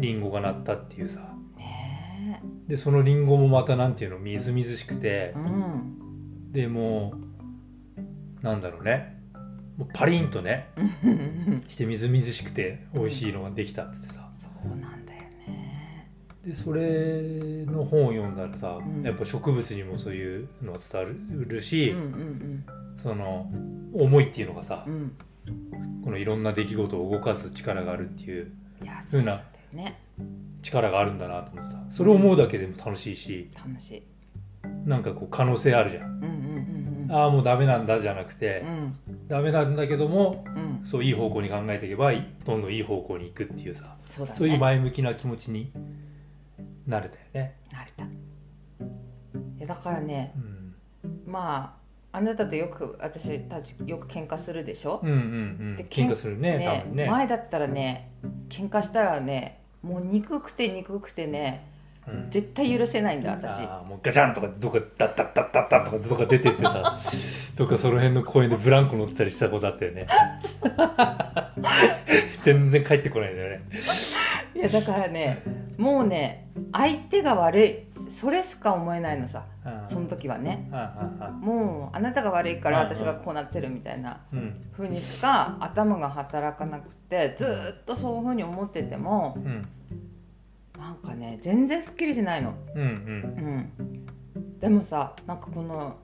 Speaker 2: リンゴがなったっていうさ
Speaker 1: ね
Speaker 2: でそのリンゴもまたなんていうのみずみずしくて
Speaker 1: えうん
Speaker 2: でもうなんだろうねもうパリンとね
Speaker 1: うん
Speaker 2: してみずみずしくて美味しいのができたっつってさ
Speaker 1: そうなんだよね
Speaker 2: でそれの本を読んだらさ、
Speaker 1: うん
Speaker 2: やっぱ植物にもそういうのは伝わる
Speaker 1: う
Speaker 2: し、
Speaker 1: んうん
Speaker 2: その思いっていうのがさ
Speaker 1: うんう、ん
Speaker 2: このいろんな出来事を動かす力があるっていう
Speaker 1: いや
Speaker 2: 風な
Speaker 1: ね
Speaker 2: 力があるんだなと思ってさそれを思うだけでも楽しいし
Speaker 1: 楽しい
Speaker 2: なんかこう可能性あるじ
Speaker 1: う
Speaker 2: ゃん
Speaker 1: んうんうんうん
Speaker 2: ああもうダメなんだじゃなくて
Speaker 1: う、ん
Speaker 2: ダメなんだけども
Speaker 1: うん
Speaker 2: そういい方向に考えていけばいどんどんいい方向に行くっていうさ
Speaker 1: そうだね
Speaker 2: そういう前向きな気持ちになれたよね。
Speaker 1: 慣れたいやだからね
Speaker 2: うん、
Speaker 1: まああなたとよく私たちよく喧嘩するでしょ、
Speaker 2: うんうんう
Speaker 1: で
Speaker 2: ん喧嘩するね
Speaker 1: ね
Speaker 2: 多分ね。
Speaker 1: 前だったらね喧嘩したらねもう憎くて憎くてね
Speaker 2: うん
Speaker 1: 絶対許せないんだ私
Speaker 2: あーもうガチャンとかどっかダッダッダッダッダッとかどっか出てってさ [laughs] どっかその辺の公園でブランコ乗ってたりしたことあったよね [laughs] 全然帰ってこないんだよね
Speaker 1: いやだからねもうね相手が悪いそれしか思えないのさ
Speaker 2: あ
Speaker 1: その時はね
Speaker 2: あああ
Speaker 1: もうあなたが悪いから
Speaker 2: うんうん
Speaker 1: 私がこうなってるみたいな
Speaker 2: うん
Speaker 1: 風にしか頭が働かなくてずーっとそういう風に思ってても
Speaker 2: うん
Speaker 1: なんかね全然すっきりしないの
Speaker 2: うんうん
Speaker 1: うん、でもさなんかこの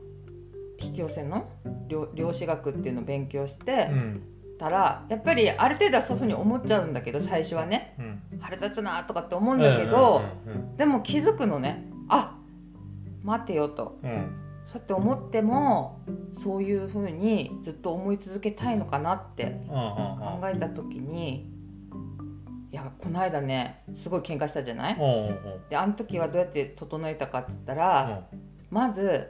Speaker 1: 引き寄せの量量子学っていうのを勉強して
Speaker 2: うん
Speaker 1: たら、やっぱりある程度はそういうふうに思っちゃうんだけど最初はね
Speaker 2: うん
Speaker 1: 腹立つなとかって思うんだけど、
Speaker 2: うん
Speaker 1: でも気づくのねあ待てよと
Speaker 2: うん
Speaker 1: そうやって思ってもそういうふうにずっと思い続けたいのかなって
Speaker 2: うんうん
Speaker 1: 考えた時にいやこの間ねすごい喧嘩したじゃない
Speaker 2: うんうん
Speaker 1: であの時はどうやって整えたかって言ったら、まず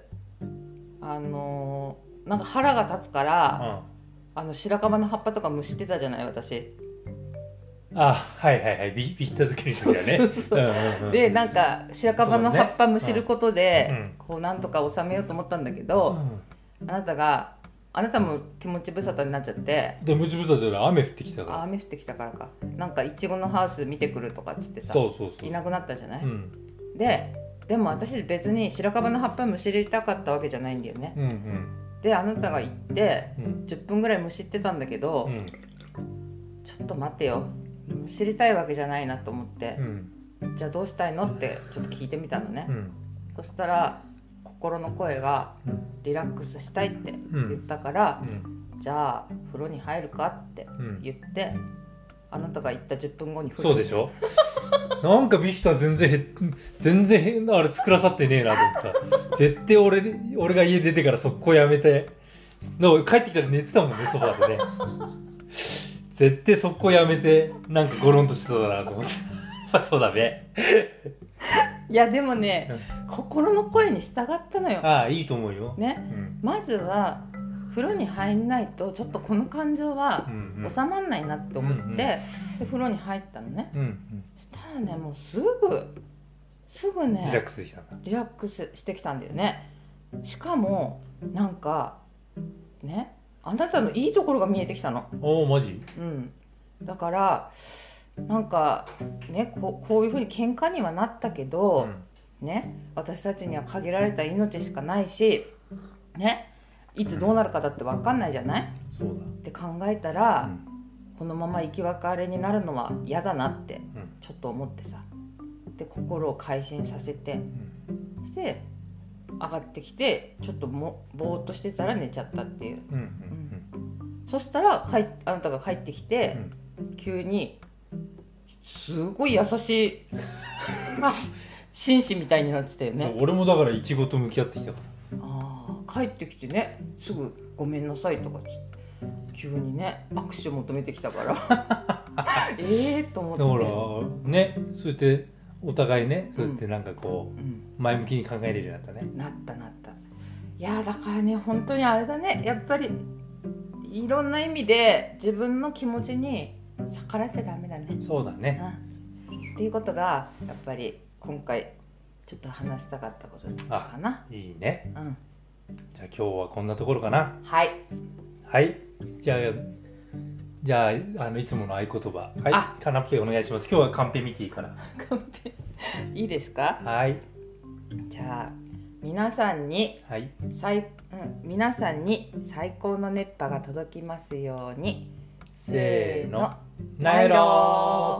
Speaker 1: あのーなんか腹が立つから、あの白樺の葉っぱとか蒸してたじゃない私
Speaker 2: あはいはいはいビビッタ漬けにするよねうんうんうん
Speaker 1: でなんか白樺の葉っぱ蒸しることで、
Speaker 2: そうだね
Speaker 1: こうなんとか収めようと思ったんだけ
Speaker 2: う
Speaker 1: ど、
Speaker 2: ん
Speaker 1: あなたがあなたも気持ち無沙汰になっちゃって
Speaker 2: でムジブサじゃない雨降ってきた
Speaker 1: あ
Speaker 2: か
Speaker 1: 雨降ってきたからかなんかいちごのハウス見てくるとかっつって
Speaker 2: ら
Speaker 1: さ
Speaker 2: そうそうそう
Speaker 1: いなくなったじゃない、
Speaker 2: うん
Speaker 1: ででも私別に白樺の葉っぱむしりたかったわけじゃないんだよね
Speaker 2: うんうん
Speaker 1: であなたが行って
Speaker 2: うん
Speaker 1: 10分ぐらいむしってたんだけど、
Speaker 2: うん
Speaker 1: ちょっと待てよ知りたいわけじゃないなと思って
Speaker 2: う、ん
Speaker 1: じゃあどうしたいのってちょっと聞いてみたのね
Speaker 2: う、ん
Speaker 1: そしたら心の声が
Speaker 2: うん
Speaker 1: リラックスしたいって言ったから、
Speaker 2: うん
Speaker 1: じゃあ風呂に入るかって
Speaker 2: うん
Speaker 1: 言ってあなたが言った10分後に風呂
Speaker 2: そうでしょなんかビキタ全然へ全然変なあれ作らさってねえなと思ってさ絶対俺で俺が家出てから速攻やめてなんか帰ってきたら寝てたもんねソファーでね絶対速攻やめてなんかゴロンとしてたなと思ってまあそうだね
Speaker 1: いやでもね、心の声に従ったのよ、
Speaker 2: ああいいと思うよ、
Speaker 1: ね
Speaker 2: うん
Speaker 1: まずは風呂に入んないとちょっとこの感情は
Speaker 2: うんうん
Speaker 1: 収まんないなって思って、
Speaker 2: うんうん
Speaker 1: で風呂に入ったのね
Speaker 2: うんうん
Speaker 1: そしたらねもうすぐすぐね
Speaker 2: リラックスできたんだ
Speaker 1: リラックスしてきたんだよねしかもなんかねあなたのいいところが見えてきたの
Speaker 2: おおマジ
Speaker 1: うんだからなんかねこうこういうふうに喧嘩にはなったけど、ね私たちには限られた命しかないしねいつどうなるかだって分かんないじゃないっ
Speaker 2: そう
Speaker 1: て考えた
Speaker 2: だ、う
Speaker 1: ら、
Speaker 2: ん
Speaker 1: このまま生き別れになるのは嫌だなって
Speaker 2: うん
Speaker 1: ちょっと思ってさで心を改心させて
Speaker 2: うん
Speaker 1: して上がってきてちょっともぼーっとしてたら寝ちゃったっていう
Speaker 2: うんうん
Speaker 1: そしたら帰っあなたが帰ってきて、急にすごい優し
Speaker 2: [laughs]
Speaker 1: い紳士みたいになってたよね
Speaker 2: 俺もだからイチゴと向き合ってきたか
Speaker 1: ああ帰ってきてねすぐ「ごめんなさい」とかつって急にね握手を求めてきたから [laughs] ええと思っ
Speaker 2: ら
Speaker 1: て
Speaker 2: だからねそうやってお互いねそうやってなんかこ
Speaker 1: うん、
Speaker 2: う前向きに考えれるようになったね
Speaker 1: なったなったいやーだからね本当にあれだねやっぱりいろんな意味で自分の気持ちに逆らっちゃダメだね
Speaker 2: そうだね
Speaker 1: うんっていうことがやっぱり今回ちょっと話したかったことかな。
Speaker 2: いいね
Speaker 1: うん、
Speaker 2: じゃあ今日はこんなところかな
Speaker 1: はい、 [laughs]
Speaker 2: はいじゃあじゃああのいつもの合言葉
Speaker 1: あ
Speaker 2: はいカナッペお願いします今日はカンペミキーから
Speaker 1: 完璧いいですか？
Speaker 2: はい
Speaker 1: じゃあ皆さんに
Speaker 2: はい
Speaker 1: 最、うん、皆さんに最高の熱波が届きますように。
Speaker 2: せーの
Speaker 1: ナイロー